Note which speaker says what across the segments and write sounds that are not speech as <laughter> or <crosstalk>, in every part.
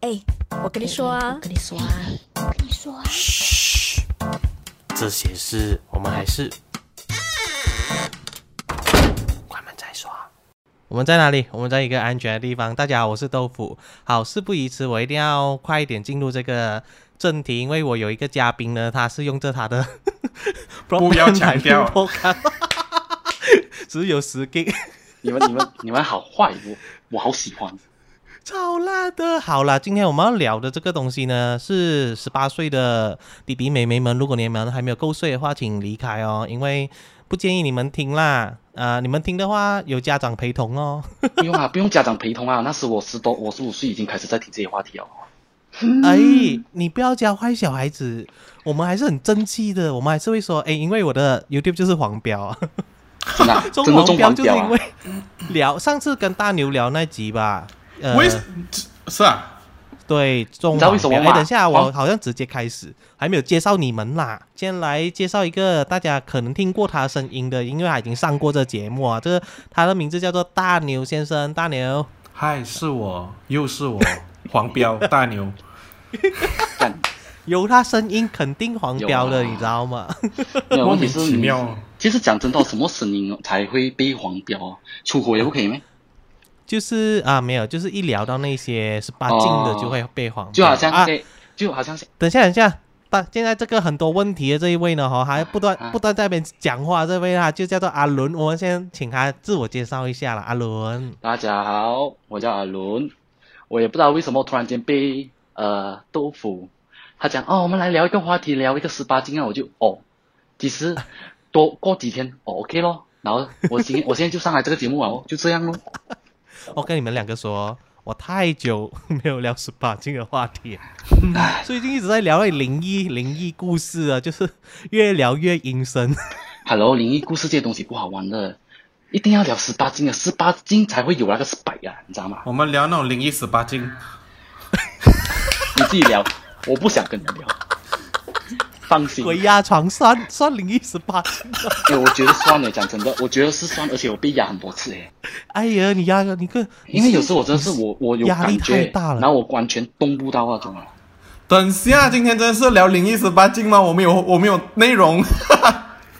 Speaker 1: 哎，我跟你说啊
Speaker 2: 我，跟你说啊，
Speaker 3: 这些事我们还是关门再说。我们在哪里？我们在一个安全的地方。大家好，我是豆腐。好，事不宜迟，我一定要快一点进入这个正题，因为我有一个嘉宾呢，他是用着他的 <laughs>
Speaker 4: 不要强调
Speaker 3: broadband 来录 podcast <laughs> 只有十 G，
Speaker 5: 你们你们你们好坏，我我好喜欢。
Speaker 3: 超辣的。好啦，今天我们要聊的这个东西呢，是十八岁的弟弟妹妹们，如果你们还没有够岁的话，请离开哦，因为不建议你们听啦。呃，你们听的话有家长陪同哦。
Speaker 5: 不用
Speaker 3: <laughs>
Speaker 5: 啊，不用家长陪同啊。那时我十多，我十五岁已经开始在听这些
Speaker 3: <laughs>
Speaker 5: 话题了。嗯
Speaker 3: 哎，你不要教坏小孩子，我们还是很争气的，我们还是会说，哎，因为我的 YouTube 就是黄标
Speaker 5: <laughs>
Speaker 3: 啊，
Speaker 5: 真的啊、
Speaker 3: 中
Speaker 5: 真的
Speaker 3: 黄
Speaker 5: 中
Speaker 3: 标
Speaker 5: 黄
Speaker 3: 就是
Speaker 5: 标
Speaker 3: 因
Speaker 5: 啊
Speaker 3: 为！聊上次跟大牛聊那集吧，呃，
Speaker 4: 为是啊，
Speaker 3: 对，中
Speaker 5: 你知道
Speaker 3: 黄
Speaker 5: 为什么
Speaker 3: 标。
Speaker 5: 吗
Speaker 3: 哎，等一下，我
Speaker 5: 黄
Speaker 3: 好像直接开始，还没有介绍你们啦，先来介绍一个大家可能听过他声音的，因为他已经上过这节目啊，这个他的名字叫做大牛先生，大牛。
Speaker 4: 嗨，是我，又是
Speaker 5: <laughs>
Speaker 4: 我，黄标大牛，
Speaker 5: 干，
Speaker 3: 有他声音肯定黄标了，
Speaker 5: 有啊
Speaker 3: 你知道吗？
Speaker 5: 没
Speaker 3: <laughs>
Speaker 5: 有
Speaker 4: 莫
Speaker 5: 问题
Speaker 4: 名
Speaker 5: 是
Speaker 4: 其
Speaker 5: 你
Speaker 4: 妙。
Speaker 5: 其实讲真的，什么声音才会被黄标啊？出国也不可以咩？
Speaker 3: 就是啊，没有，就是一聊到那些十八禁的就会被黄标、
Speaker 5: 哦就好像
Speaker 3: 啊，
Speaker 5: 谁，就好像谁，
Speaker 3: 等一下，等一下，但现在这个很多问题的这一位呢，哈，还不断
Speaker 5: 啊
Speaker 3: 不断在那边讲话，这位他就叫做阿伦，我们先请他自我介绍一下啦，阿伦。
Speaker 5: 大家好，我叫阿伦，我也不知道为什么突然间被呃豆腐，他讲哦，我们来聊一个话题，聊一个十八禁啊，我就哦，其实多过几天哦 OK 咯，然后我今天我现在就上来这个节目啊，哦 <laughs> 就这样咯。
Speaker 3: 我哦跟你们两个说，我太久 <laughs> 没有聊十八禁的话题了，最近一直在聊那灵异灵异故事啊，就是越聊越阴森。
Speaker 5: Hello，灵异故事这些东西不好玩的，一定要聊十八禁的，十八禁才会有那个 spy 啊，你知道吗？
Speaker 4: 我们聊那种灵异十八禁，
Speaker 5: 你自己聊， <laughs> 我不想跟你聊，放
Speaker 3: <laughs>
Speaker 5: 心。
Speaker 3: 鬼压床算算灵异十八禁的。
Speaker 5: 哎、我觉得算了，讲真的，我觉得是算，而且我被压很多次哎，
Speaker 3: 哎呀，你压个你个，
Speaker 5: 因为有时候我真的是我我有
Speaker 3: 压力
Speaker 5: 感
Speaker 3: 太
Speaker 5: 觉，
Speaker 3: 大了
Speaker 5: 然后我完全动不到那种啊。
Speaker 4: 等下今天真的是聊灵异十八禁吗？我们有我们有内容，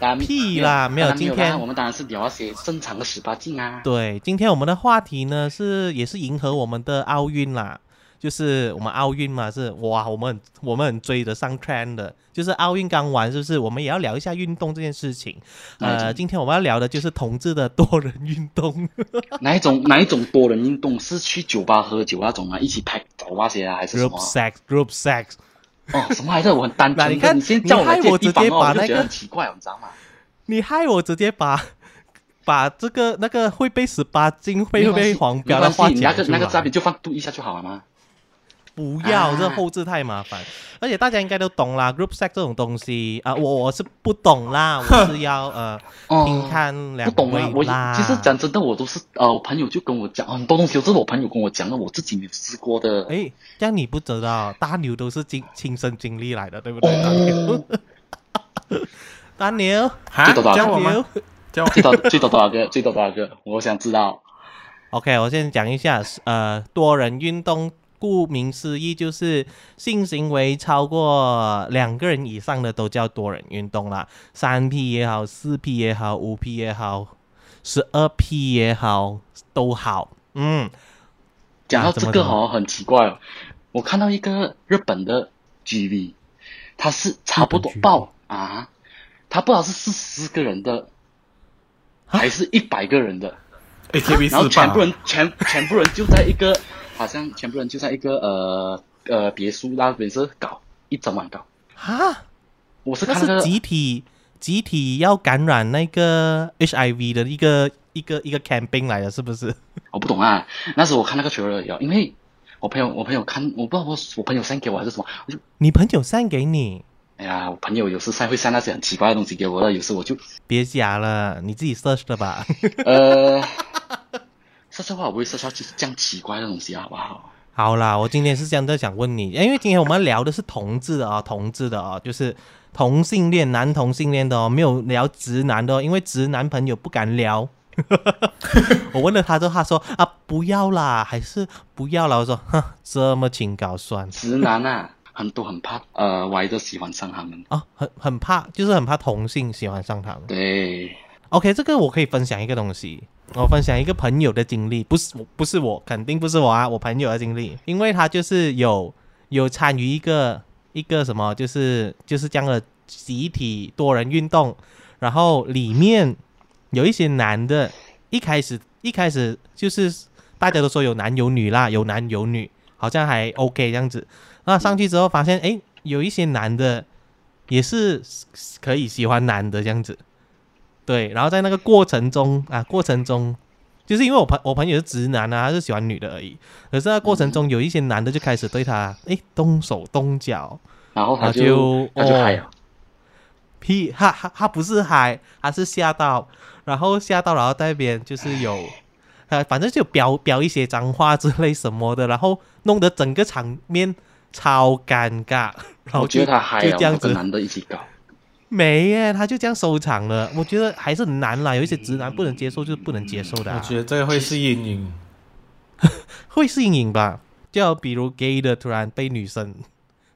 Speaker 5: 当然
Speaker 3: 屁啦没有
Speaker 5: 当然没
Speaker 3: 今
Speaker 5: 有啦
Speaker 3: 天
Speaker 5: 我们当然是聊那些正常的十八禁啊。
Speaker 3: 对，今天我们的话题呢是也是迎合我们的奥运啦，就是我们奥运嘛是哇，我们很我们很追得上 trend 的，就是奥运刚完是不是？我们也要聊一下运动这件事情。呃，
Speaker 5: 嗯
Speaker 3: 今天我们要聊的就是同志的多人运动，
Speaker 5: 哪一种哪一种多人运动是去酒吧喝酒那种啊，一起拍照那些啊，还是什
Speaker 3: group
Speaker 5: 么啊？
Speaker 3: sex group sex。
Speaker 5: 哦，什么来着？我很
Speaker 3: <laughs>
Speaker 5: 单
Speaker 3: 那
Speaker 5: 纯的，
Speaker 3: 你看
Speaker 5: 你先叫我来
Speaker 3: 你害
Speaker 5: 这
Speaker 3: 我
Speaker 5: 地
Speaker 3: 直
Speaker 5: 方
Speaker 3: 接把
Speaker 5: 哦，我就
Speaker 3: 那
Speaker 5: 觉
Speaker 3: 个
Speaker 5: 得很奇怪，你知道吗？
Speaker 3: 你害我直接把 <laughs> 把这个那个会被十八禁
Speaker 5: 没
Speaker 3: 会
Speaker 5: 关系
Speaker 3: 被黄
Speaker 5: 没
Speaker 3: 标的
Speaker 5: 关系，
Speaker 3: 话
Speaker 5: 你那
Speaker 3: 讲
Speaker 5: 个
Speaker 3: 出
Speaker 5: 那个
Speaker 3: 来
Speaker 5: 照片就放嘟一下就好了嘛。
Speaker 3: 不要，这
Speaker 5: 啊
Speaker 3: 后置太麻
Speaker 5: <laughs>
Speaker 3: 烦。而且大家应该都懂啦，group sex 这种东西啊、我我是不懂
Speaker 5: <laughs>
Speaker 3: 啦，我是要呃
Speaker 5: 哦
Speaker 3: 听看两
Speaker 5: 不懂啊，
Speaker 3: 位
Speaker 5: 我
Speaker 3: 啦。
Speaker 5: 其实讲真的，我都是呃，我朋友就跟我讲很多东西，都是我朋友跟我讲的，我自己没有试过的。
Speaker 3: 哎，这样你不知道，大牛都是经亲身经历来的，对不 <laughs> 对？大牛
Speaker 5: 哦，，
Speaker 3: 大牛，
Speaker 4: 哈，
Speaker 5: 这个吧
Speaker 4: 教
Speaker 3: 大
Speaker 4: 我吗
Speaker 3: 牛？。
Speaker 4: 教
Speaker 5: 最多最多多少个？最多多少个？我想知道。
Speaker 3: OK，我先讲一下，呃，多人运动，顾名思义就是性行为超过两个人以上的都叫多人运动啦，三 P 也好，四 P 也好，五 P 也好，十二 P 也好，都好。嗯，
Speaker 5: 讲到
Speaker 3: 啊怎
Speaker 5: 这
Speaker 3: 么
Speaker 5: 个
Speaker 3: 怎么
Speaker 5: 哦，很奇怪哦，我看到一个日本的 GV，他是差不多
Speaker 3: GV
Speaker 5: 报啊，他不知道是四十个人的
Speaker 3: 啊
Speaker 5: 还是一百个人的。
Speaker 4: A K B
Speaker 5: 然后
Speaker 4: 四
Speaker 5: 全部
Speaker 4: 八
Speaker 5: 人全全部人就在一个，好像全部人就在一个呃呃别墅那边是搞一整晚搞。
Speaker 3: 哈，
Speaker 5: 我是
Speaker 3: 那
Speaker 5: 看
Speaker 3: 是
Speaker 5: 那个
Speaker 3: 集体集体要感染那个 HIV 的一个一个一个 camping 来的，是不是？
Speaker 5: 我不懂啊，那时候我看那个 trailer 有，因为我朋友我朋友看我不知道我我朋友 send 给我还是什么，我就
Speaker 3: 你朋友散给你，
Speaker 5: 哎呀，我朋友有时 send 会 send 那些很奇怪的东西给我的，有时我就
Speaker 3: 别假了，你自己 search 的吧。 <laughs>
Speaker 5: 呃，说实话我不会说出这样奇怪的东西啊好不好？
Speaker 3: 好啦，我今天是真的想问你，因为今天我们聊的是同志的啊、同志的啊、就是哦同性恋、男同性恋的哦，没有聊直男的哦，因为直男朋友不敢聊。 <laughs> 我问了他之后，他说啊不要啦，还是不要啦。我说哼，这么清高算
Speaker 5: 直男啊，很多很怕呃歪的喜欢上他们。
Speaker 3: 啊，很很怕，就是很怕同性喜欢上他们。
Speaker 5: 对，
Speaker 3: OK，这个我可以分享一个东西，我分享一个朋友的经历，不是我，不是我，肯定不是我啊，我朋友的经历，因为他就是有有参与一个一个什么，就是就是这样的集体多人运动，然后里面有一些男的，一开始一开始就是大家都说有男有女啦，有男有女，好像还 OK 这样子，那上去之后发现，诶，有一些男的也是可以喜欢男的这样子。对，然后在那个过程中啊，过程中，就是因为我朋我朋友是直男啊，他是喜欢女的而已。可是那过程
Speaker 5: 嗯
Speaker 3: 中有一些男的就开始对他诶动手动脚，
Speaker 5: 然后他
Speaker 3: 他
Speaker 5: 就
Speaker 3: 就
Speaker 5: 他就
Speaker 3: 哦
Speaker 5: 嗨啊了，
Speaker 3: 屁，他他他不是嗨，他是吓到，然后吓到，然后在那边就是有，呃，反正就飙飙一些脏话之类什么的，然后弄得整个场面超尴尬。然后
Speaker 5: 我觉
Speaker 3: 哦就
Speaker 5: 得他嗨
Speaker 3: 就
Speaker 5: 了，
Speaker 3: 这样
Speaker 5: 我跟
Speaker 3: 子
Speaker 5: 男的一起搞。
Speaker 3: 没耶，他就这样收场了。我觉得还是很难啦，有一些直男不能接受，就是不能接受的、啊。
Speaker 4: 我觉得这个会是阴影。
Speaker 3: 会是阴影吧？就比如 gay 的突然被女生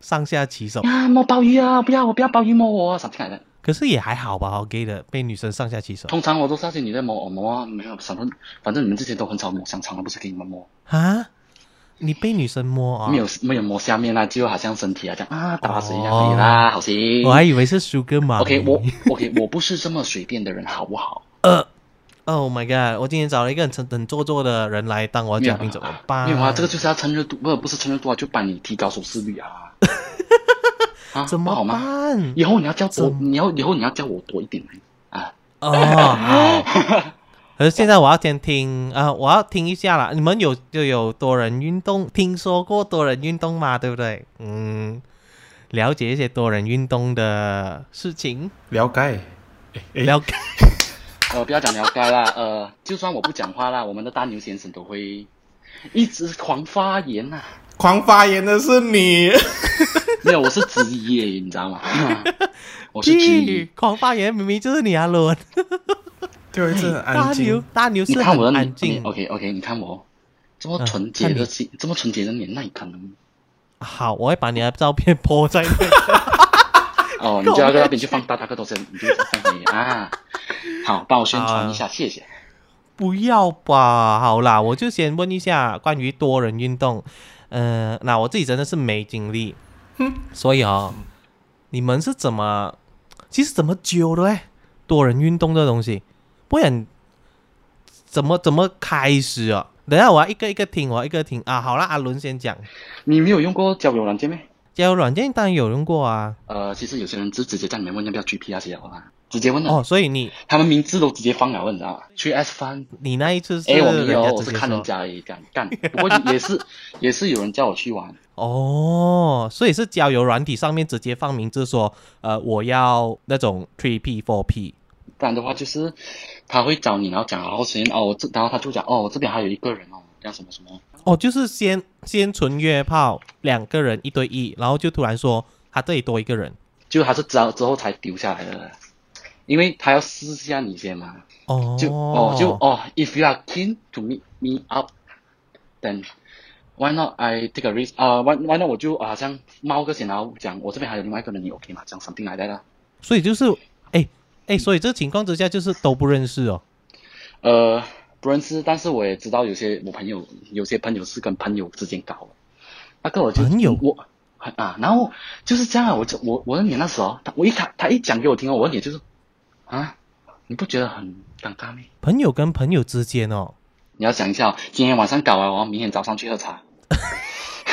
Speaker 3: 上下其手，
Speaker 5: 啊，摸鲍鱼啊！不要，我不要鲍鱼摸我，啊啥子来的？
Speaker 3: 可是也还好吧、哦、，gay 的被女生上下其手
Speaker 5: 通常我都是那些女的摸我摸啊，没有，反正反正你们这些都很少摸香肠了，不是给你们摸，
Speaker 3: 啊？你被女生摸啊、
Speaker 5: 没有没有摸下面啦，就好像身体啊这样啊，打水一样
Speaker 3: 哦
Speaker 5: 可以啦，好行。
Speaker 3: 我还以为是 Sugar 嘛。
Speaker 5: OK，我 OK，我不是这么随便的人，好
Speaker 3: <laughs>
Speaker 5: 不好？
Speaker 3: Oh my god！我今天找了一个很沉很做作的人来当我的嘉宾，怎么办？
Speaker 5: 没有啊，这个就是要趁热度，不不是趁热度啊，就帮你提高收视
Speaker 3: <laughs>
Speaker 5: 率啊。啊，
Speaker 3: 怎
Speaker 5: 不好
Speaker 3: 么
Speaker 5: 吗？
Speaker 3: 办？
Speaker 5: 以后你要教
Speaker 3: 怎
Speaker 5: 我
Speaker 3: 么，
Speaker 5: 你要以后你要教我多一点啊。
Speaker 3: 哦，好。可是现在我要先听啊、我要听一下啦。你们有就有多人运动，听说过多人运动吗？对不对？嗯，了解一些多人运动的事情，
Speaker 4: 了解，
Speaker 3: 了解。
Speaker 5: 呃，不要讲聊该啦，呃，就算我不讲话啦，我们的大牛先生都会一直狂发言呐、
Speaker 4: 狂发言的是
Speaker 5: <laughs>
Speaker 4: 你，
Speaker 5: 没有，我是之一耶，你知道吗？ <laughs> 我是之
Speaker 3: 屁
Speaker 5: 一。
Speaker 3: 狂发言明明就是你啊，伦。
Speaker 4: 就一直很
Speaker 3: 大牛
Speaker 4: 安静。，
Speaker 3: 大牛
Speaker 5: 你
Speaker 3: 是
Speaker 5: 看我
Speaker 3: 很
Speaker 5: 的
Speaker 3: 安
Speaker 5: 脸
Speaker 3: 静。
Speaker 5: ，OK OK，你看我这么
Speaker 3: 嗯
Speaker 5: 纯洁
Speaker 3: 看
Speaker 5: 的
Speaker 3: 你
Speaker 5: 心，这么纯洁的脸，那你可能
Speaker 3: 好，我会把你的照片泼在那个。
Speaker 5: 哦，你就要在那边去放大那个东西，你就放你啊。好，帮我宣传
Speaker 3: 啊
Speaker 5: 一下，谢谢。
Speaker 3: 不要吧，好啦，我就先问一下关于多人运动，呃，那我自己真的是没经历，所以哦，你们是怎么，其实怎么揪的嘞？多人运动这东西，不然怎么怎么开始啊？等一下我要一个一个听，我要一个听啊。好啦，阿伦先讲，
Speaker 5: 你没有用过交友软件吗？
Speaker 3: 交友软件当然有用过啊，
Speaker 5: 呃，其实有些人就直接在里面问要不要 GP 那些的话，啊直接问了，
Speaker 3: 哦，所以你
Speaker 5: 他们名字都直接放了，你知道吗？去 S 翻。
Speaker 3: 你那一次是
Speaker 5: 哎、我
Speaker 3: 人
Speaker 5: 没有，
Speaker 3: 家
Speaker 5: 我
Speaker 3: 直
Speaker 5: 是
Speaker 3: 接
Speaker 5: 看人
Speaker 3: 说，
Speaker 5: 家而已，干干。不过也是也是有人叫我去玩，
Speaker 3: 哦，所以是交友软体上面直接放名字说，呃，我要那种 three p four p，
Speaker 5: 不然的话就是他会找你，然后讲，然后先哦，我这然后他就讲哦，我这边还有一个人哦，叫什么什么，
Speaker 3: 哦，就是先先纯约炮，两个人一对一，然后就突然说他这里多一个人，
Speaker 5: 就他是之后之后才丢下来的，因为他要试下你先嘛，
Speaker 3: 哦，
Speaker 5: 就哦就哦，if you are keen to meet me up，then why not I take a risk 啊、why why not 我就啊好像冒个险，然后讲我这边还有另外一个人，你 OK 吗？这样 something like that 啦。
Speaker 3: 所以就是，哎哎，所以这情况之下就是都不认识哦，
Speaker 5: 呃，不认识，但是我也知道有些我朋友，有些朋友是跟朋友之间搞的，那个我就
Speaker 3: 朋友
Speaker 5: 我啊，然后就是这样啊，我就我我的脸那时候，他我一看他一讲给我听哦，我的脸就是啊，你不觉得很尴尬吗？
Speaker 3: 朋友跟朋友之间哦，
Speaker 5: 你要想一下哦，今天晚上搞完哦，明天早上去喝茶，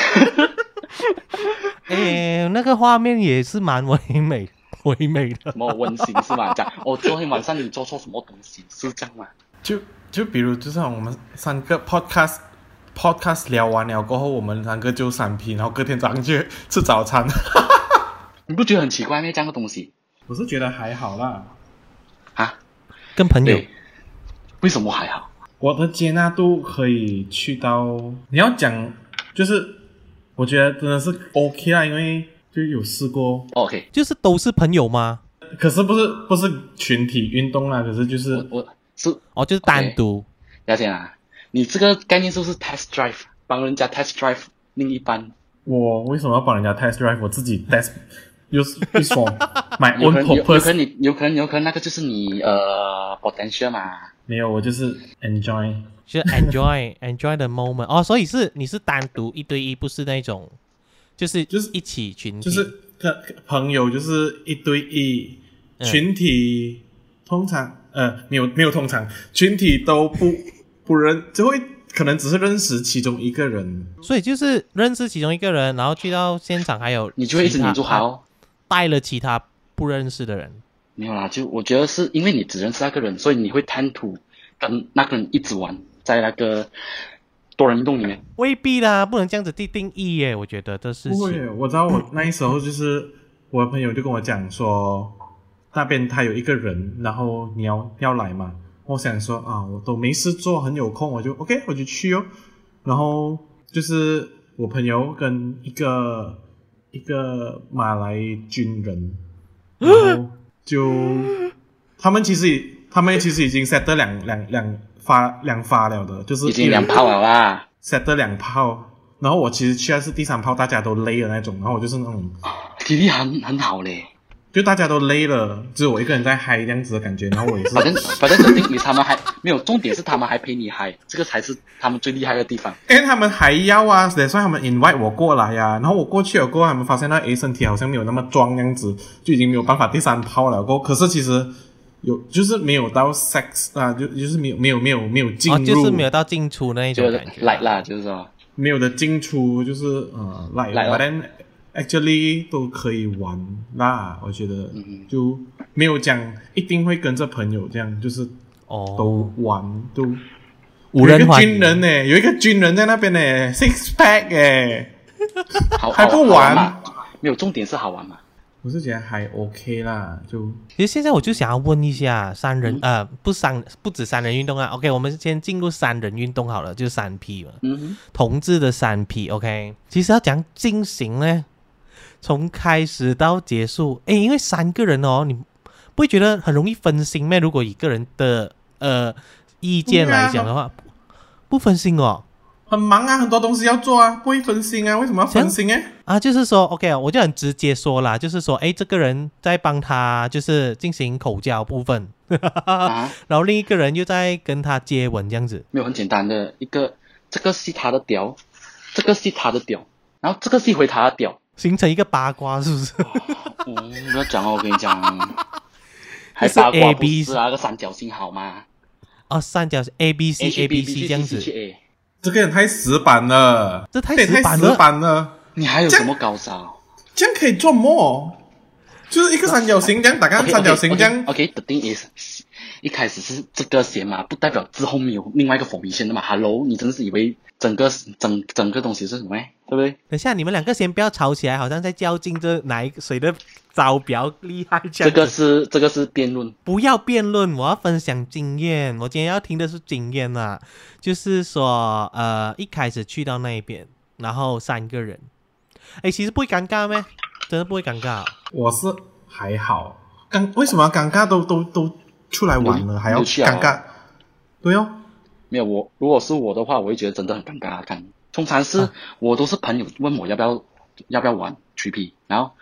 Speaker 5: <laughs>
Speaker 3: 哎，那个画面也是蛮唯美 <laughs> 唯美的
Speaker 5: 什么温馨是吗？讲哦，昨天晚上你做错什么东西是这样吗？
Speaker 4: 就就比如，就像我们三个 podcast podcast 聊完了过后，我们三个就散批，然后隔天早上去吃早餐。
Speaker 5: 你不觉得很奇怪吗？这样的东西
Speaker 4: 我是觉得还好啦，
Speaker 5: 啊，
Speaker 3: 跟朋友
Speaker 5: 对，为什么还好？
Speaker 4: 我的接纳度可以去到，你要讲就是，我觉得真的是 OK 啦，因为就有试过，
Speaker 5: 哦 OK，
Speaker 3: 就是都是朋友吗？
Speaker 4: 可是不是不是群体运动啦，可是就是
Speaker 5: 我我是
Speaker 3: 哦，就是单独
Speaker 5: 亚贤啊，你这个概念是不是 test drive 帮人家 test drive 另一半？
Speaker 4: 我为什么要帮人家 test drive？我自己 test 又是一
Speaker 5: <laughs>
Speaker 4: 爽，my
Speaker 5: 有
Speaker 4: own
Speaker 5: 可能有有可
Speaker 4: purpose。
Speaker 5: 能你有可能有可能那个就是你呃 potential 嘛，
Speaker 4: 没有，我就是 enjoy。
Speaker 3: 就是 enjoy <laughs> enjoy the moment 哦，所以是你是单独一对一，不是那种就是
Speaker 4: 就是
Speaker 3: 一起群体，
Speaker 4: 就是跟朋友就是一对一，
Speaker 3: 嗯
Speaker 4: 群体通常呃没有没有通常群体都不不认，就会可能只是认识其中一个人。
Speaker 3: 所以就是认识其中一个人，然后去到现场还有
Speaker 5: <laughs> 你就会一直
Speaker 3: 其他啊
Speaker 5: 黏住他哦。
Speaker 3: 带了其他不认识的人，
Speaker 5: 没有啦，就我觉得是因为你只认识那个人，所以你会贪图跟那个人一直玩，在那个多人运动里面。
Speaker 3: 未必啦，不能这样子去定义耶，我觉得这事
Speaker 4: 不
Speaker 3: 情
Speaker 4: 会，我知道我那时候就是我的朋友就跟我讲说，那边他有一个人，然后你要要来嘛。我想说啊，我都没事做，很有空，我就 OK，我就去哦。然后就是我朋友跟一个一个马来军人，然后就他们其实已他们其实已经 set 了两两两发两发了的，就是
Speaker 5: 已
Speaker 4: 一
Speaker 5: 经
Speaker 4: 人
Speaker 5: 两炮了啦，
Speaker 4: set 了两炮，然后我其实去的是第三炮，大家都累的那种，然后我就是那种，
Speaker 5: 体力很很好嘞。
Speaker 4: 就大家都累了，只有我一个人在嗨这样子的感觉，然后我也是
Speaker 5: 反正反正肯定你他们还没有，重点是他们还陪你嗨，这个才是他们最厉害的地方。
Speaker 4: 因为他们还要啊，所以他们 invite 我过来呀、然后我过去了过后，他们发现那 A 身体好像没有那么壮样子，就已经没有办法第三炮了。过后，可是其实有就是没有到 sex 啊，就就是没有没有没有没有进
Speaker 3: 哦，
Speaker 4: 入，
Speaker 3: 就是没有到进出那一
Speaker 5: 就
Speaker 3: 种
Speaker 5: 是
Speaker 3: 感觉，
Speaker 5: 来啦，就是说，
Speaker 4: 没有的进出，就是呃来
Speaker 5: 来
Speaker 4: b u
Speaker 5: 了
Speaker 4: t then actually 都可以玩啦，我觉得
Speaker 5: 嗯
Speaker 4: 就没有讲一定会跟着朋友这样，就是
Speaker 3: 哦，
Speaker 4: 都玩都。
Speaker 3: 无
Speaker 4: 有一
Speaker 3: 人
Speaker 4: 个
Speaker 3: 欢
Speaker 4: 军
Speaker 3: 迎
Speaker 4: 人呢、欸有一个军人在那边呢、s i x pack 哎、
Speaker 5: 好
Speaker 4: 还不玩
Speaker 5: 玩嘛？没有，重点是好玩嘛。
Speaker 4: 我是觉得还 OK 啦，就
Speaker 3: 其实现在我就想要问一下三人、呃，不三不止三人运动啊，OK，我们先进入三人运动好了，就是三 P 嘛，
Speaker 5: 嗯
Speaker 3: 同志的三 P，OK，、其实要讲进行呢，从开始到结束，诶，因为三个人哦，你不会觉得很容易分心咩？如果一个人的呃意见
Speaker 4: 不会啊
Speaker 3: 来讲的话，不不分心哦。
Speaker 4: 很忙啊，很多东西要做啊，不会分心啊，为什么要分心哎、
Speaker 3: 啊，就是说，OK，我就很直接说啦，就是说，诶，这个人在帮他就是进行口交部分， <laughs>
Speaker 5: 哼啊，
Speaker 3: 然后另一个人又在跟他接吻这样子。
Speaker 5: 没有很简单的一个，这个是他的屌，这个是他的屌，然后这个是回他的屌。
Speaker 3: 形成一个八卦，是不是？
Speaker 5: 嗯，不要讲哦，我跟你讲，
Speaker 3: <laughs>
Speaker 5: 还
Speaker 3: 就是
Speaker 5: 八卦
Speaker 3: A
Speaker 5: 不
Speaker 3: B
Speaker 5: 是啊，那个三角形好吗
Speaker 3: <laughs> 哦，三角形 A B C
Speaker 5: ？A
Speaker 3: A B C
Speaker 5: 去
Speaker 3: 这样
Speaker 5: C 去
Speaker 3: 子，
Speaker 5: A，
Speaker 4: 这个人太死板了，
Speaker 3: 这太
Speaker 4: 也
Speaker 3: 死
Speaker 4: 太
Speaker 3: 板
Speaker 4: 死
Speaker 3: 了。
Speaker 4: 板了。
Speaker 5: 你还有
Speaker 4: 这
Speaker 5: 什
Speaker 4: 样
Speaker 5: 么高招
Speaker 4: 这样可以做么？就是一个三角形这样打开
Speaker 5: 哦？OK
Speaker 4: 三角形
Speaker 5: OK
Speaker 4: 这样
Speaker 5: OK，the thing is，一开始是这个先嘛，不代表之后没有另外一个 formation 的嘛。Hello，你真是以为整个整整个东西是什么欸？对不对？
Speaker 3: 等一下，你们两个先不要吵起来，好像在较劲，这哪一个谁的招比较厉害这
Speaker 5: 这
Speaker 3: 样。
Speaker 5: 个是这个是辩论，
Speaker 3: 不要辩论，我要分享经验。我今天要听的是经验啊，就是说，呃，一开始去到那边，然后三个人，哎，其实不会尴尬咩？真的不会尴尬哦、
Speaker 4: 我是还好，尴为什么尴尬都都都出来玩
Speaker 5: 有
Speaker 4: 了，还要
Speaker 5: 有趣啊
Speaker 4: 尴尬？对哦，
Speaker 5: 没有我，如果是我的话，我会觉得真的很尴尬。啊看，通常是、
Speaker 3: 啊
Speaker 5: 我都是朋友问我要不要要不要玩 GP，然后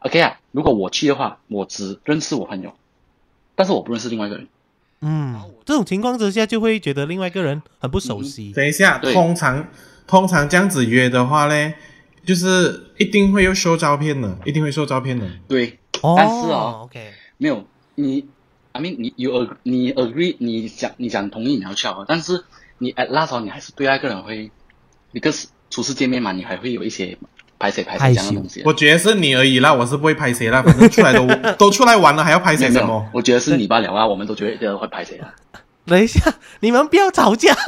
Speaker 5: OK 啊，如果我去的话，我只认识我朋友，但是我不认识另外一个人。
Speaker 3: 嗯，这种情况之下就会觉得另外一个人很不熟悉。
Speaker 4: 等一下，
Speaker 5: 对
Speaker 4: 通常通常这样子约的话嘞，就是一定会有收照片的，一定会收照片的。
Speaker 5: 对，
Speaker 3: 哦
Speaker 5: 但是哦
Speaker 3: o k
Speaker 5: 没有你，I mean 你 you ag 你 agree 你想你想同意你要去好，但是你 at last 哦你还是对那个人会，你跟初次见面嘛，你还会有一些排斥排斥这样的东西。啊
Speaker 4: 我觉得是你而已啦，我是不会拍谁啦，反正出来都
Speaker 5: <laughs>
Speaker 4: 都出来玩了，还要拍
Speaker 5: 没
Speaker 4: 谁
Speaker 5: 有
Speaker 4: 什
Speaker 5: 没有
Speaker 4: 么？
Speaker 5: 我觉得是你罢了啊，我们都觉得会排斥啊。
Speaker 3: 等一下，你们不要吵架。 <laughs>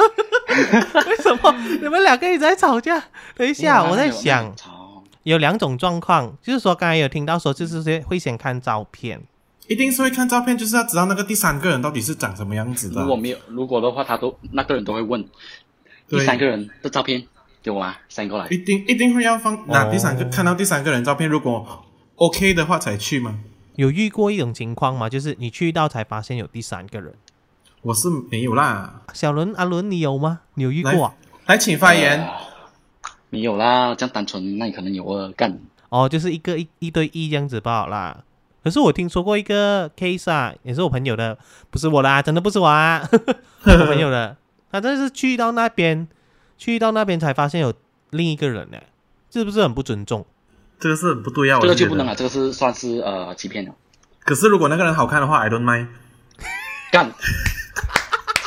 Speaker 3: 为什么你们两个一直在吵架？等一下，啊
Speaker 4: 啊
Speaker 3: 我在想，
Speaker 5: 操
Speaker 3: 有两种状况，就是说刚才有听到说，就是先会先看照片，
Speaker 4: 一定是会看照片，就是要知道那个第三个人到底是长什么样子的
Speaker 5: 如。果没有，如果的话，他都那个人都会问第
Speaker 4: 对
Speaker 5: 三个人的照片给我啊，send 过来
Speaker 4: 一。定一定会要放拿
Speaker 3: 哦
Speaker 4: 第三个、看到第三个人照片，如果 OK 的话才去嘛。
Speaker 3: 有遇过一种情况吗？就是你去到才发现有第三个人，
Speaker 4: 我是没有啦。
Speaker 3: 小伦、阿伦，你有吗？你有遇
Speaker 4: 来
Speaker 3: 过啊、
Speaker 4: 来，请发言。
Speaker 5: 呃没有啦，这样单纯，那你可能有二干。
Speaker 3: 哦，就是一个一一对一这样子罢了啦。可是我听说过一个 case 啊，也是我朋友的，不是我啦，真的不是我啊，我朋友的。他真的是去到那边，去到那边才发现有另一个人呢，是不是很不尊重？
Speaker 4: 这个是很不对啊，
Speaker 5: 这
Speaker 4: 我
Speaker 5: 个
Speaker 4: 觉
Speaker 5: 就
Speaker 4: 得
Speaker 5: 不能了，。这个是算是呃欺骗了。
Speaker 4: 可是如果那个人好看的话，I don't mind。
Speaker 5: 干，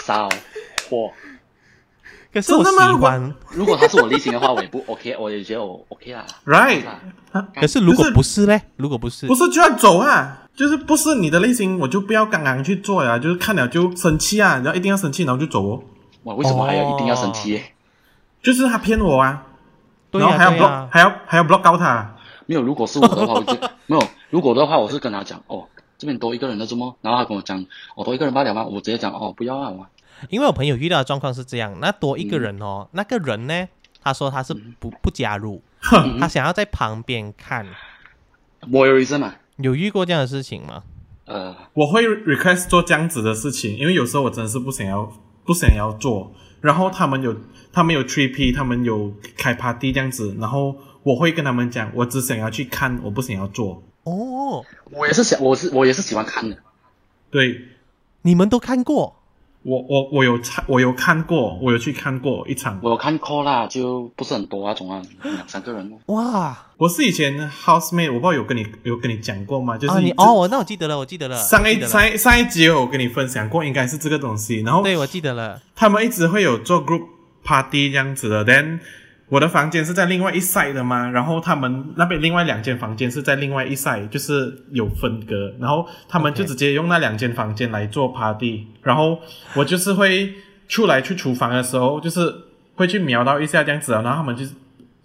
Speaker 5: 骚货。
Speaker 3: 可是我
Speaker 4: 真的吗
Speaker 3: 喜欢，
Speaker 5: 如果他是我类型的话，我也不 OK，我也觉得我 OK 啦。
Speaker 4: Right
Speaker 5: 啊
Speaker 3: 可是如
Speaker 4: 不
Speaker 3: 果
Speaker 4: 是
Speaker 3: 不是嘞，如果不
Speaker 5: 嗯
Speaker 3: 是
Speaker 4: 不，是就要走啊，就是不是你的类型，我就不要刚刚去做呀、就是看了就生气啊，然后一定要生气，然后就走哦。
Speaker 5: 哇，为什么还要一定要生气？
Speaker 4: 就是他骗我啊，
Speaker 3: 对
Speaker 4: 然后
Speaker 3: 呀、
Speaker 4: 还要
Speaker 3: 对
Speaker 4: block，、
Speaker 3: 呀、
Speaker 4: 还要还要 block 高他，
Speaker 5: 没有，如果是我的话，我就 <laughs> 没有。如果的话，我是跟他讲哦，这边多一个人了，怎么？然后他跟我讲，哦，多一个人罢了嘛。我直接讲哦，不要啊，我
Speaker 3: 因为我朋友遇到的状况是这样，那多一个人
Speaker 4: 嗯
Speaker 3: 哦，那个人呢，他说他是不不加入，
Speaker 5: 嗯
Speaker 3: 他想要在旁边看，
Speaker 5: 我有 reason 嘛。
Speaker 3: 有遇过这样的事情吗？
Speaker 5: 啊呃，
Speaker 4: 我会 request 做这样子的事情，因为有时候我真的是不想要不想要做。然后他们有他们有 three P，他们有开 party 这样子，然后我会跟他们讲，我只想要去看，我不想要做。
Speaker 3: 哦，
Speaker 5: 我也是想，我是我也是喜欢看的。
Speaker 4: 对
Speaker 3: 你们都看过
Speaker 4: 我我我有参我有看过，我有去看过一场。
Speaker 5: 我有看 call 啦，就不是很多啊，总啊两三个人咯。
Speaker 3: 哇？
Speaker 4: 我是以前 housemate，我不知道有跟你有跟你讲过吗？就是
Speaker 3: 啊，
Speaker 4: 你
Speaker 3: 你哦，我那我记得了，我记得了，
Speaker 4: 上
Speaker 3: 我记
Speaker 4: 一
Speaker 3: 得了
Speaker 4: 上一上一集有跟你分享过，应该是这个东西。然后
Speaker 3: 对我记得了，
Speaker 4: 他们一直会有做 group party 这样子的。Then 我的房间是在另外一 side 的嘛，然后他们那边另外两间房间是在另外一 side，就是有分隔。然后他们
Speaker 3: OK
Speaker 4: 就直接用那两间房间来做 party。然后我就是会出来去厨房的时候，就是会去瞄到一下这样子啊，然后他们就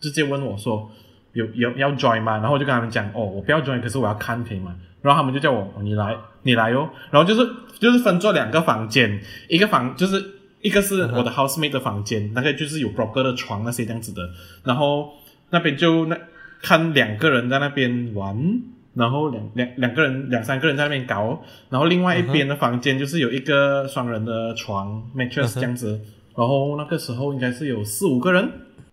Speaker 4: 直接问我说。有有要 join 吗？然后我就跟他们讲，哦，我不要 join，可是我要看可以吗？然后他们就叫我，哦你来，你来哦。然后就是就是分做两个房间，一个房就是一个是我的 housemate 的房间，那个就是有 broker 的床那些这样子的。然后那边就那看两个人在那边玩，然后两两两个人两三个人在那边搞，然后另外一边的房间就是有一个双人的床 mattress 这样子。然后那个时候应该是有四五个人，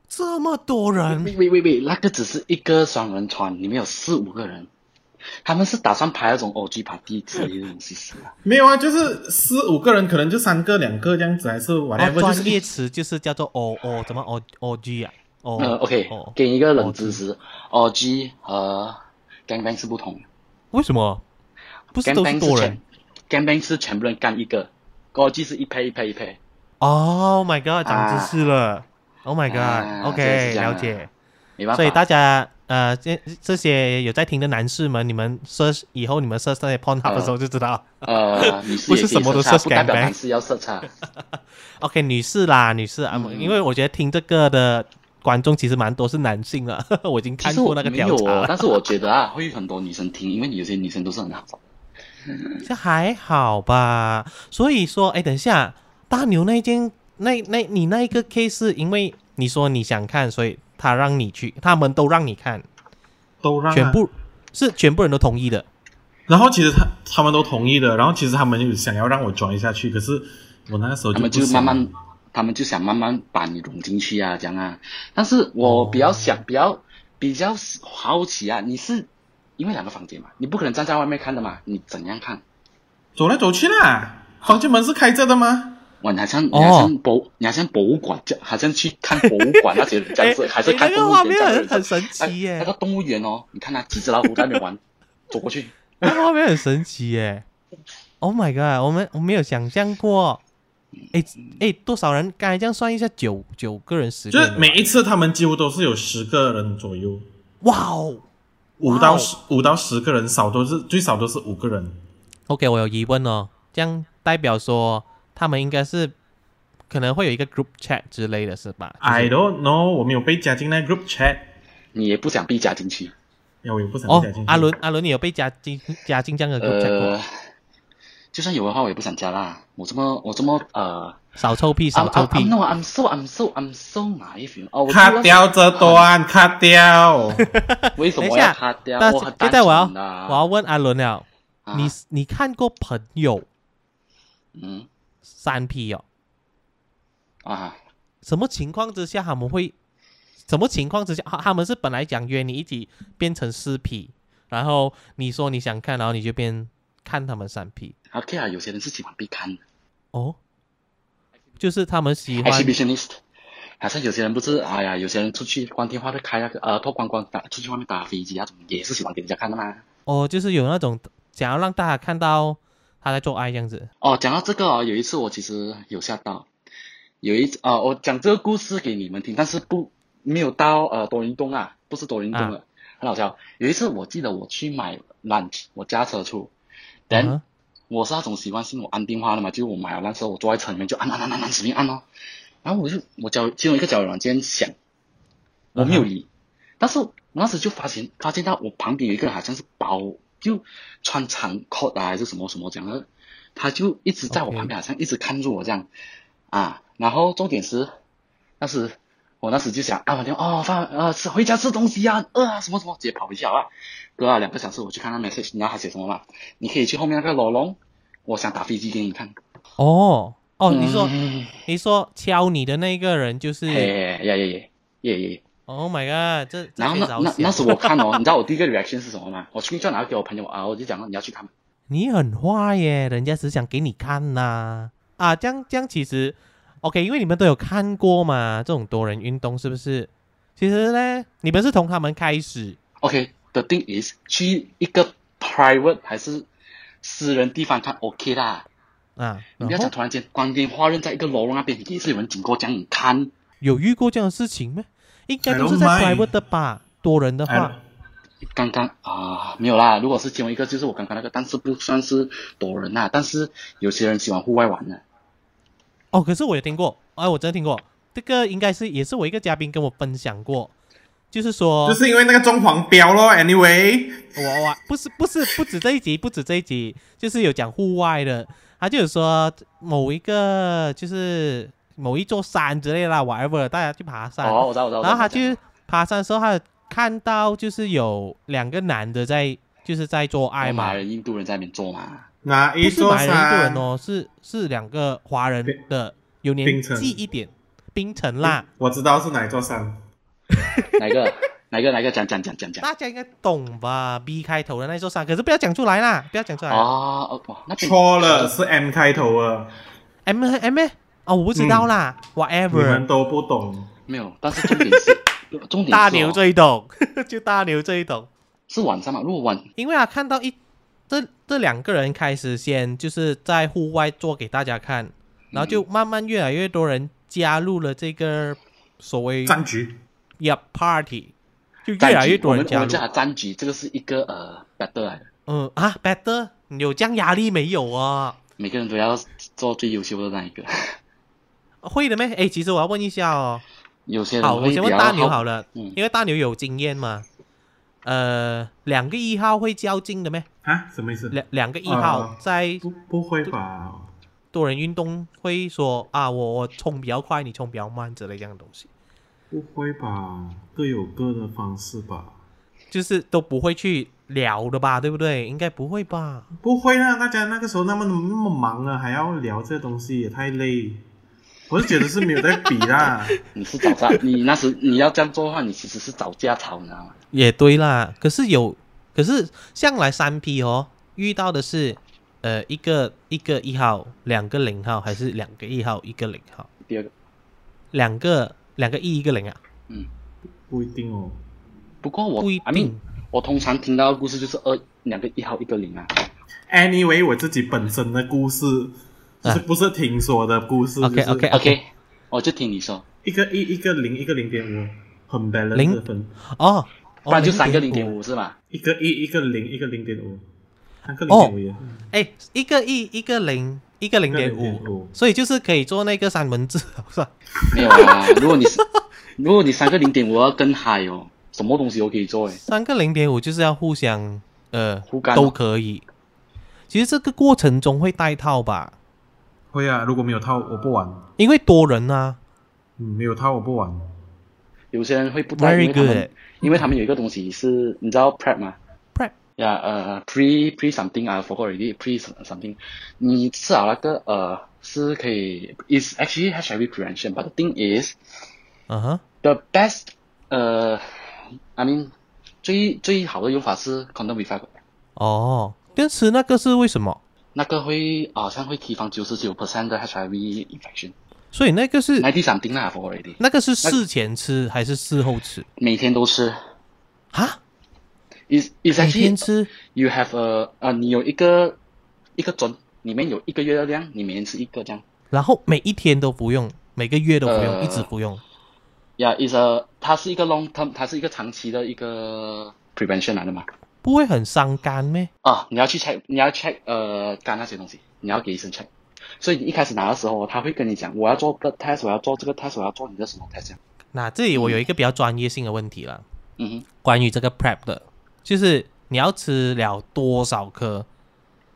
Speaker 3: 这么多人
Speaker 4: <laughs>
Speaker 5: 喂喂喂喂，那个只是一个双人床，里面有四五个人，他们是打算排那种 OG party 之类的东西是吧？
Speaker 4: 没有啊，就是四五个人，可能就三个两个这样子，还是
Speaker 3: 哦，
Speaker 4: whatever，、就是
Speaker 3: 专
Speaker 4: 一
Speaker 3: 业词就是叫做 O O，怎么 O O G 啊？哦
Speaker 5: 呃，OK，
Speaker 3: 哦，
Speaker 5: 给你一个冷知识，OG 和 gangbang 是不同的
Speaker 3: 为什么？不是都是
Speaker 5: ，gangbang
Speaker 3: 多人
Speaker 5: 全，gangbang 是全部人干一个，OG 是一配一配一配。
Speaker 3: ？Oh my god，长知识了！Oh my
Speaker 5: 啊这
Speaker 3: god，OK，
Speaker 5: 是这样
Speaker 3: 了
Speaker 5: 啊
Speaker 3: 解。
Speaker 5: 没办法，
Speaker 3: 所以大家呃，这这些有在听的男士们，你们 search 以后你们 search 那些 porn hub 的时候就知道。
Speaker 5: 呃，
Speaker 3: <laughs>
Speaker 5: 女士
Speaker 3: 不是
Speaker 5: 也可以
Speaker 3: 什么都
Speaker 5: 色差，
Speaker 3: 是
Speaker 5: 不代表
Speaker 3: gangbang
Speaker 5: 男士要色差。
Speaker 3: OK，女士啦，女士啊，
Speaker 5: 嗯
Speaker 3: 因为我觉得听这个的观众其实蛮多是男性了， <laughs> 我已经
Speaker 5: 其
Speaker 3: 看
Speaker 5: 实
Speaker 3: 过
Speaker 5: 我
Speaker 3: 那个
Speaker 5: 没
Speaker 3: 调
Speaker 5: 有
Speaker 3: 查
Speaker 5: 哦，
Speaker 3: 了，
Speaker 5: 但是我觉得啊，会有很多女生听，因为有些女生都是很好找。
Speaker 3: 这还哎好吧？所以说，哎，等一下，大牛那一间，那那你那一个 case 是因为你说你想看，所以他让你去，他们都让你看，
Speaker 4: 都让、啊、
Speaker 3: 全部是全部人都同意的。
Speaker 4: 然后其实他他们都同意的，然后其实他们有想要让我转下去，可是我那个时候就
Speaker 5: 他
Speaker 4: 不
Speaker 5: 们就
Speaker 4: 想
Speaker 5: 慢慢，他们就想慢慢把你融进去啊，这样啊。但是我比较想，比较比较好奇啊，你是因为两个房间嘛，你不可能站在外面看的嘛，你怎样看？
Speaker 4: 走来走去啦。房间门是开着的吗？
Speaker 5: 哇，你好像
Speaker 3: 哦
Speaker 5: 你好像博，你好像博物馆，这好像去看博物馆那些人这样子，
Speaker 3: 哎
Speaker 5: 还是
Speaker 3: 哎
Speaker 5: 看
Speaker 3: 那
Speaker 5: 动
Speaker 3: 个
Speaker 5: 物
Speaker 3: 画
Speaker 5: 园
Speaker 3: 面
Speaker 5: 这样
Speaker 3: 很
Speaker 5: 子。
Speaker 3: 很神奇
Speaker 5: 哎那
Speaker 3: 耶
Speaker 5: 个，动物园哦，你看那几只老虎在那边玩，走过去，
Speaker 3: <laughs> 那个画面很神奇耶。Oh my god，我们我没有想象过。哎哎，多少人？刚才这样算一下，九九个人，十个
Speaker 4: 就
Speaker 3: 人
Speaker 4: 是
Speaker 3: 吧。
Speaker 4: 每一次他们几乎都是有十个人左右，
Speaker 3: 哇哦
Speaker 4: 五
Speaker 3: 哇哦
Speaker 4: 到
Speaker 5: 啊
Speaker 4: 十五到十个人，少都是最少都是五个人。
Speaker 3: ，OK，我有疑问哦，这样代表说他们应该是可能会有一个 group chat 之类的是吧？就是
Speaker 4: I don't know，我没有被加进那 group chat，
Speaker 5: 你也不想被加进去。
Speaker 4: <laughs> 哎我也不想被
Speaker 3: 哦
Speaker 4: 加进去。，
Speaker 3: 阿伦，阿伦，你有被加进加进这样的 group chat 过？
Speaker 5: 呃，就算有的话，我也不想加啦。我这么我这么呃
Speaker 3: 少臭屁，少
Speaker 5: I'm,
Speaker 3: 臭
Speaker 5: I'm,
Speaker 3: 屁
Speaker 5: I'm,！no, I'm so, I'm so, I'm so naive. you know. 哦，我
Speaker 4: 卡掉这
Speaker 5: 啊！
Speaker 4: 段，卡掉。
Speaker 5: <laughs>
Speaker 3: <laughs>
Speaker 5: 为什
Speaker 3: 等一
Speaker 5: 么要
Speaker 3: 下
Speaker 5: 卡，掉？
Speaker 3: 那
Speaker 5: 我很
Speaker 3: 现在我要
Speaker 5: 单纯的啊
Speaker 3: 我要问阿伦了，
Speaker 5: 啊
Speaker 3: 你你看过朋友
Speaker 5: 嗯，
Speaker 3: 三 P 哦。
Speaker 5: 啊，
Speaker 3: 什么情况之下他们会？什么情况之下他他们是本来讲约你一起变成四 P，然后你说你想看，然后你就变看他们三 P
Speaker 5: 啊 OK 啊，有些人是喜欢被看的
Speaker 3: 哦，就是他们喜欢
Speaker 5: exhibitionist。好像有些人不是，哎呀，有些人出去光天化日开那个呃脱光光打出去外面打飞机那啊种，也是喜欢给人家看的嘛。
Speaker 3: 哦，就是有那种想要让大家看到他在做爱这样子。
Speaker 5: 哦，讲到这个哦，有一次我其实有吓到，有一啊、我讲这个故事给你们听，但是不没有到呃多云东啊，不是多云东了，很好笑。有一次我记得我去买 lunch，我驾车出，等、
Speaker 3: 啊
Speaker 5: 我是那种习惯性我按电话的嘛，就我买了那时候我坐在车里面就按按按按按使命按哦，然后我就我交其中一个交友软件响，我没有理，但是我那时就发现发现到我旁边有一个人好像是包就穿长 coat 啊还是什么什么这样的，他就一直在我
Speaker 3: OK
Speaker 5: 旁边好像一直看着我这样啊，然后重点是那时我那时就想啊，我就哦饭呃吃回家吃东西啊，饿啊什么什么，直接跑回去好啊，隔了两个小时我去看那 message，你知道他写什么吗？你可以去后面那个楼龙，我想打飞机给你看。
Speaker 3: 哦哦，你说、
Speaker 5: 嗯
Speaker 3: 你说敲你的那个人就是
Speaker 5: 哎呀呀呀呀呀呀！
Speaker 3: ，Oh my god，这这
Speaker 5: 然后
Speaker 3: 可以
Speaker 5: 那
Speaker 3: 找
Speaker 5: 那
Speaker 3: 死
Speaker 5: 那时我看哦， <laughs> 你知道我第一个 reaction 是什么吗？我出去叫拿给我朋友啊，我就讲了你要去看吗？
Speaker 3: 你很坏耶，人家只想给你看呐、啊。这样这样其实 OK，因为你们都有看过嘛，这种多人运动是不是？其实呢，你们是从他们开始
Speaker 5: OK，the、thing is，去一个 private 还是私人地方看 OK 啦。
Speaker 3: 啊，
Speaker 5: 你不
Speaker 3: 然
Speaker 5: 要
Speaker 3: 后
Speaker 5: 讲突然间光天化日在一个楼龙那边，也是有人经过讲你看。
Speaker 3: 有遇过这样的事情吗？应该
Speaker 4: I
Speaker 3: 都是在
Speaker 4: don't mind
Speaker 3: private 的吧，多人的话
Speaker 4: 哎，
Speaker 5: 刚刚啊，没有啦。如果是其中一个，就是我刚刚那个，但是不算是多人啦。但是有些人喜欢户外玩的。
Speaker 3: 哦，可是我有听过，哎，我真的听过，这个应该是也是我一个嘉宾跟我分享过，就是说，
Speaker 4: 就是因为那个中黄标咯。Anyway，
Speaker 3: 我我不是不是不止这一集，不止这一集，就是有讲户外的，他就有说某一个就是某一座山之类啦，whatever，大家去爬山，
Speaker 5: 哦，我知道，我知道。
Speaker 3: 然后他
Speaker 5: 我知道
Speaker 3: 去爬山的时候，他有看到就是有两个男的在就是在做爱
Speaker 5: 马
Speaker 3: 嘛
Speaker 5: 来，人、印度人在那边做嘛。
Speaker 4: 哪
Speaker 3: 不
Speaker 4: 一
Speaker 3: 是
Speaker 4: 座
Speaker 3: 马来人印度
Speaker 4: 山
Speaker 3: 人？哦，是是两个华人
Speaker 4: 槟
Speaker 3: 的，有年
Speaker 4: 槟城
Speaker 3: 纪一点，槟城啦，
Speaker 4: 我知道是哪一座山。
Speaker 5: 哪一个？哪一个？哪一个？讲讲讲讲讲。
Speaker 3: 大家应该懂吧？B 开头的那座山，可是不要讲出来啦，不要讲出来。
Speaker 5: 哦，哦哇，那边
Speaker 4: 错了，是 M 开头啊，
Speaker 3: M M 哦，我不知道啦、w h a t
Speaker 4: 你
Speaker 3: e v e r
Speaker 4: 们都不懂。
Speaker 5: 没有，但是重 <laughs> 点是，重点是、哦、
Speaker 3: 大牛最懂， <laughs> 就大牛最懂，
Speaker 5: 是晚上嘛？如果晚
Speaker 3: 因为啊，看到一这这两个人开始先就是在户外做给大家看，然后就慢慢越来越多人加入了这个所谓
Speaker 4: 战局
Speaker 3: y party，就
Speaker 5: 嗯战
Speaker 3: 越来
Speaker 5: 局
Speaker 3: 越多人
Speaker 5: 我们我
Speaker 3: 加
Speaker 5: 们
Speaker 3: 入
Speaker 5: 叫。它战局，这个是一个呃 battle 来的，
Speaker 3: 嗯啊，better，你有这样压力没有啊？
Speaker 5: 每个人都要做最优秀的那一个。
Speaker 3: 会的咩？哎，其实我要问一下哦，
Speaker 5: 有些人
Speaker 3: 好，
Speaker 5: 会
Speaker 3: 我
Speaker 5: 嗯比
Speaker 3: 先
Speaker 5: 较
Speaker 3: 问大牛好了，
Speaker 5: 嗯
Speaker 3: 因为大牛有经验嘛。呃，两个一号会较劲的咩？
Speaker 4: 啊，什么意思？
Speaker 3: 两两个一号
Speaker 4: 啊
Speaker 3: 在
Speaker 4: 不，不会吧？
Speaker 3: 多人运动会说啊，我我冲比较快，你冲比较慢之类这样的东西，
Speaker 4: 不会吧？各有各的方式吧？
Speaker 3: 就是都不会去聊的吧，对不对？应该不会吧？
Speaker 4: 不会啦，大家那个时候那么那么忙啊，还要聊这东西，也太累。我是觉得是没有在比
Speaker 3: <laughs>
Speaker 4: 啦，
Speaker 5: 你是早上，你那时你要这样做的话，你其实是找架吵，你知道吗？
Speaker 3: 也对啦，可是有，可是向来三 P 哦，遇到的是呃一个一个一号，两个零号，还是两个一号一个零号，
Speaker 5: 第二个，
Speaker 3: 两个两个一一个零啊？
Speaker 4: 不一定哦。
Speaker 5: 不过我
Speaker 3: 不一
Speaker 5: I
Speaker 3: 定
Speaker 5: mean, 我通常听到的故事就是二两个一号一个零啊。
Speaker 4: Anyway，我自己本身的故事就是不是听说的故事、
Speaker 3: 啊 OK，
Speaker 4: 就是
Speaker 3: 哎 OK，哦
Speaker 5: OK，我就听你说，
Speaker 4: 一个一一个零，一个零点五，很 balance
Speaker 3: 零
Speaker 4: 的分，
Speaker 3: 哦，
Speaker 5: 不然就三个零
Speaker 3: 零
Speaker 5: 点五是吧？
Speaker 4: 一个一一个零，一个零点五，三个零
Speaker 3: 哦
Speaker 4: 点五也。
Speaker 3: 哎，一个一，一个零，一个零点五
Speaker 4: 0.5，
Speaker 3: 所以就是可以做那个三文治， <laughs> 是吧？
Speaker 5: 没
Speaker 3: <laughs>
Speaker 5: 有啊，如果你是，如果你三个零点五要更嗨哦，什么东西都可以做诶。
Speaker 3: 三个零点五就是要互相呃
Speaker 5: 互干
Speaker 3: 都
Speaker 5: 嘛
Speaker 3: 可以。其实这个过程中会带套吧，
Speaker 4: 会啊，如果没有套我不玩，
Speaker 3: 因为多人啊，
Speaker 4: 嗯，没有套我不玩。
Speaker 5: 有些人会不带，
Speaker 3: Very
Speaker 5: 因为他们
Speaker 3: good
Speaker 5: 因为他们有一个东西是，你知道 prep 吗
Speaker 3: Prep
Speaker 5: 呀，呃，pre pre something 啊，forgot already pre something，你吃好那个呃是可以，is actually HIV prevention. But the thing is,
Speaker 3: 嗯哼，
Speaker 5: the best，呃，I mean，最最好的用法是 condom with fiber，
Speaker 3: 哦，但是那个是为什么？
Speaker 5: 那个会好像会提防九十九 percent 的 HIV infection。
Speaker 3: 所以那个是
Speaker 5: Ninety something 啦，for already，
Speaker 3: 那个是事前吃还是事后吃？
Speaker 5: 每天都吃。
Speaker 3: 哈，
Speaker 5: Is is
Speaker 3: 每天
Speaker 5: actually
Speaker 3: 吃
Speaker 5: you have a 啊，你有一个一个准，里面有一个月的量，你每天吃一个这样。
Speaker 3: 然后每一天都服用，每个月都服用，
Speaker 5: 呃
Speaker 3: 一直服用。
Speaker 5: Yeah, is a 它是一个 long term，它是一个长期的一个 prevention 来的嘛。
Speaker 3: 不会很伤肝咩？
Speaker 5: 啊，你要去 check，你要 check 呃肝那些东西，你要给医生 check。所以你一开始拿的时候，他会跟你讲，我要做个 test，我要做这个 test，我要做你的什么 test 这样。
Speaker 3: 那这里我有一个比较专业性的问题了，
Speaker 5: 嗯哼，
Speaker 3: 关于这个 prep 的，就是你要吃了多少颗，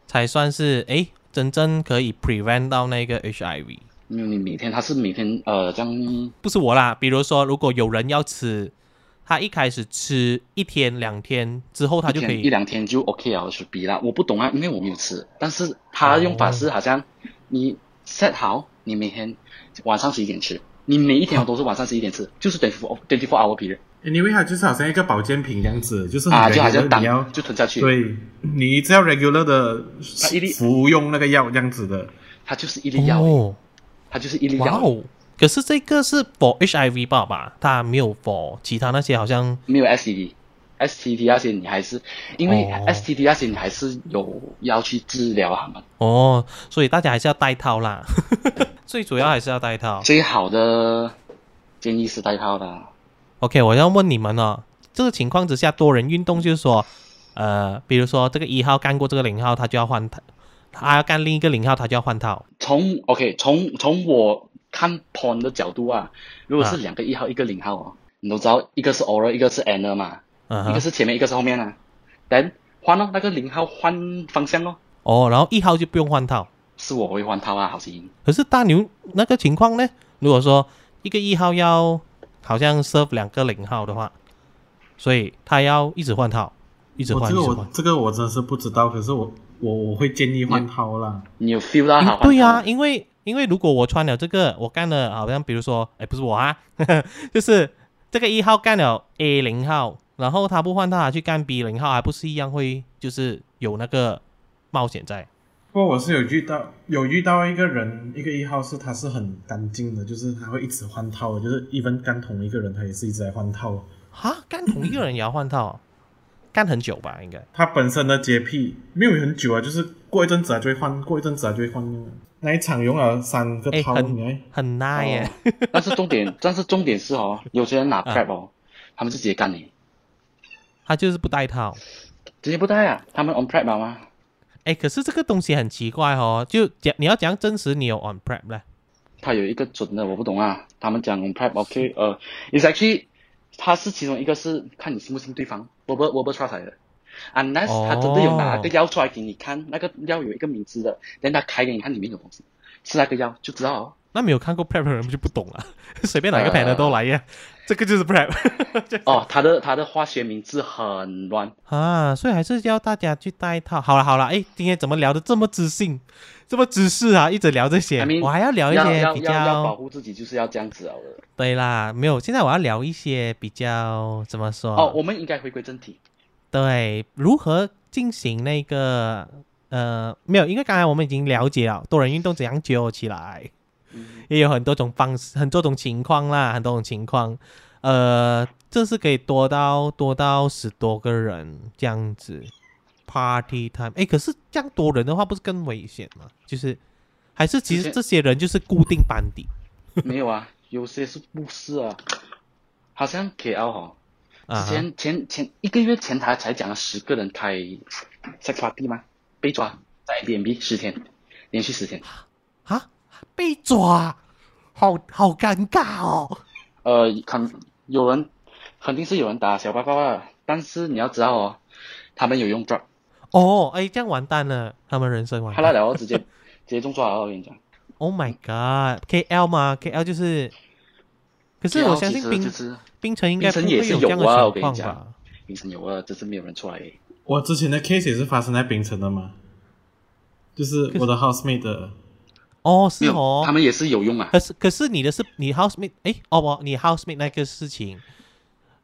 Speaker 3: 才算是诶真正可以 prevent 到那个 HIV？
Speaker 5: 没有你每天他是每天呃这样，
Speaker 3: 不是我啦，比如说如果有人要吃，他一开始吃一天两天之后，他就可
Speaker 5: 一天一
Speaker 3: 以
Speaker 5: 两天就 OK 了，是比啦。我不懂啊，因为我没有吃，但是他用法是好像你 set 好，你每天晚上十一点吃，你每一天都是晚上十一点吃，就是 twenty four twenty four hour period
Speaker 4: Anyway，它就是好像一个保健品这样子，嗯就是很
Speaker 5: 啊，就好
Speaker 4: regular，
Speaker 5: 像
Speaker 4: 你要
Speaker 5: 当就吞下去，
Speaker 4: 对，你只要 regular 的
Speaker 5: 一粒
Speaker 4: 服用那个药这样子的，
Speaker 5: 它就是一粒药，
Speaker 3: 哦，
Speaker 5: 它就是一粒
Speaker 3: 哇
Speaker 5: 药。
Speaker 3: 哦！可是这个是 for HIV 吧吧，它没有 for 其他那些好像
Speaker 5: 没有 STD。STD 那些你还是，因为
Speaker 3: 哦
Speaker 5: STD 那些你还是有要去治疗啊他们。
Speaker 3: 哦，所以大家还是要戴套啦， <laughs> 最主要还是要戴套。
Speaker 5: 最好的建议是戴套的。
Speaker 3: OK，我要问你们哦，这个情况之下，多人运动就是说，呃，比如说这个一号干过这个零号，他就要换套，他要干另一个零号，他就要换套。
Speaker 5: 从 OK，从从我看 porn 的角度啊，如果
Speaker 3: 啊
Speaker 5: 是两个一号一个零号哦，你都知道一个是 oral，一个是 anal 嘛，
Speaker 3: 嗯
Speaker 5: 一个
Speaker 3: 哼，
Speaker 5: 是前面，一个是后面啊。等换哦，那个零号换方向哦，
Speaker 3: 哦，然后一号就不用换套。
Speaker 5: 是我会换套啊，好心。
Speaker 3: 可是大牛那个情况呢？如果说一个一号要好像 serve 两个零号的话，所以他要一直换套，一直
Speaker 4: 我
Speaker 3: 换，一
Speaker 4: 这个
Speaker 3: 直
Speaker 4: 我
Speaker 3: 换。
Speaker 4: 这个我真的是不知道，可是我我我会建议换套啦。
Speaker 5: 你有 feel 到
Speaker 3: 因
Speaker 5: 他换
Speaker 3: 嗯
Speaker 5: 套？
Speaker 3: 对啊呀、因为因为如果我穿了这个，我干了好像比如说，哎，不是我啊， <laughs> 就是这个一号干了 A 零号，然后他不换他去干 B 零号，还不是一样会就是有那个冒险在？
Speaker 4: 不过我是有遇到有遇到一个人，一个一号是他是很干净的，就是他会一直换套的，就是一般干同一个人，他也是一直在换套。
Speaker 3: 哈，干同一个人也要换套，干很久吧？应该
Speaker 4: 他本身的洁癖没有很久啊，就是过一阵子啊就会换，过一阵子啊就会换。那一场用了三个
Speaker 3: 哎
Speaker 4: 套，
Speaker 3: 很
Speaker 4: 你还
Speaker 3: 很 nice 耶、
Speaker 5: 哦但是重点，但是重点是哦，有些人拿
Speaker 3: 啊
Speaker 5: prep 哦，他们就直接干你，
Speaker 3: <laughs> 他就是不戴套。
Speaker 5: 直接不带啊，他们 on prep 了吗？
Speaker 3: 哎，可是这个东西很奇怪哦，就讲你要讲真实，你有 on prep 呢？
Speaker 5: 他有一个准的，我不懂啊。他们讲 on prep OK，呃，is actually，它是其中一个是看你信不信对方，我不我不 trust 来的。
Speaker 3: 哦
Speaker 5: Unless 他真的有拿个药出来给你看，那个药有一个名字的，等他开给你看里面有东西，是那个药就知道哦。
Speaker 3: 那没有看过 prep 的人就不懂了， <laughs> 随便哪个
Speaker 5: 呃
Speaker 3: panel 都来呀，这个就是 prep
Speaker 5: 哦，他的他的化学名字很乱，
Speaker 3: 啊，所以还是要大家去戴套。好了好了，哎，今天怎么聊的这么知性，这么知识啊？一直聊这些
Speaker 5: I mean，
Speaker 3: 我还要聊一
Speaker 5: 要
Speaker 3: 些
Speaker 5: 要
Speaker 3: 比
Speaker 5: 要要保
Speaker 3: 较
Speaker 5: 护自己就是要这样子哦。
Speaker 3: 对啦，没有，现在我要聊一些比较怎么说？
Speaker 5: 哦，我们应该回归正题。
Speaker 3: 对，如何进行那个呃，没有，因为刚才我们已经了解了多人运动怎样揪起来，
Speaker 5: 嗯
Speaker 3: 也有很多种方式，很多种情况啦，很多种情况，呃，这是可以多到多到十多个人这样子，party time，哎，可是这样多人的话，不是更危险吗？就是还是其实
Speaker 5: 这些
Speaker 3: 这些人就是固定班底，
Speaker 5: 没有啊，有些是不是啊？好像 KL 哈，
Speaker 3: 啊
Speaker 5: 之前前前一个月前他才讲了十个人开 sex party 吗？被抓在 B N B 十天，连续十天。
Speaker 3: 啊，被抓，好好尴尬哦，
Speaker 5: 呃，肯有人肯定是有人打小报告啊，但是你要知道哦，他们有用 drug，
Speaker 3: 哦，哎，这样完蛋了，他们人生完
Speaker 5: 他
Speaker 3: 蛋
Speaker 5: 那。了直接直接中抓了，我跟你讲。
Speaker 3: Oh my god，KL 吗？KL 就是，可是我相信
Speaker 5: KL
Speaker 3: 冰
Speaker 5: 其实就是
Speaker 3: 冰城应该不会
Speaker 5: 槟城也是
Speaker 3: 这样
Speaker 5: 有啊
Speaker 3: 的
Speaker 5: 我
Speaker 3: 情
Speaker 5: 跟你
Speaker 3: 况
Speaker 5: 讲
Speaker 3: 吧？
Speaker 5: 冰城有啊，只是没有人出来而已。
Speaker 4: 我之前的 case 也是发生在槟城的嘛，就是我的 housemate 的，
Speaker 3: 哦，是
Speaker 5: 没
Speaker 3: 哦
Speaker 5: 有，，他们也是有用啊。
Speaker 3: 可是可是你的是你 housemate 哎哦不，你 housemate 那个事情，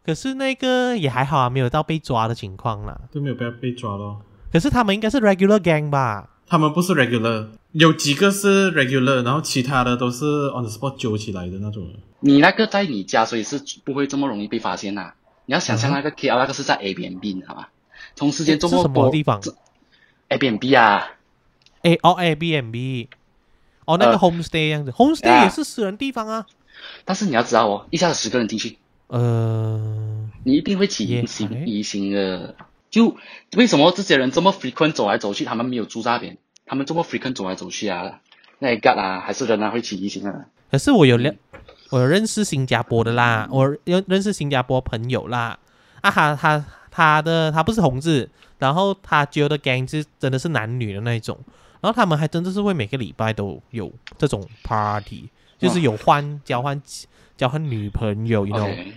Speaker 3: 可是那个也还好啊，没有到被抓的情况啦。
Speaker 4: 都没有被被抓咯。
Speaker 3: 可是他们应该是 regular gang 吧？
Speaker 4: 他们不是 regular，有几个是 regular，然后其他的都是 on the spot 揪起来的那种人。
Speaker 5: 你那个在你家，所以是不会这么容易被发现呐、啊你要想象那个 KL 那个是在 A B N B，你知道吗？同时间这
Speaker 3: 嗯是
Speaker 5: 么
Speaker 3: 什么
Speaker 5: 多
Speaker 3: 地方
Speaker 5: A B N B 啊，
Speaker 3: 哎哦 Airbnb，哦那个
Speaker 5: 呃
Speaker 3: homestay 样子、h o m e s t a y 也是私人地方啊。
Speaker 5: 但是你要知道哦，一下子十个人进去，
Speaker 3: 呃，
Speaker 5: 你一定会起
Speaker 3: 也哎
Speaker 5: 疑心
Speaker 3: 还
Speaker 5: 疑心的。就为什么这些人这么 frequent 走来走去，他们没有住在那边，他们这么 frequent 走来走去啊，那些 gut 啊，还是人啊会起疑心的。
Speaker 3: 可是我有了，我有认识新加坡的啦，我认认识新加坡朋友啦。啊哈，他他的他不是同志，然后他揪的 gang 是真的是男女的那一种，然后他们还真的是会每个礼拜都有这种 party，就是有换交换交换女朋友，you know，、
Speaker 5: OK，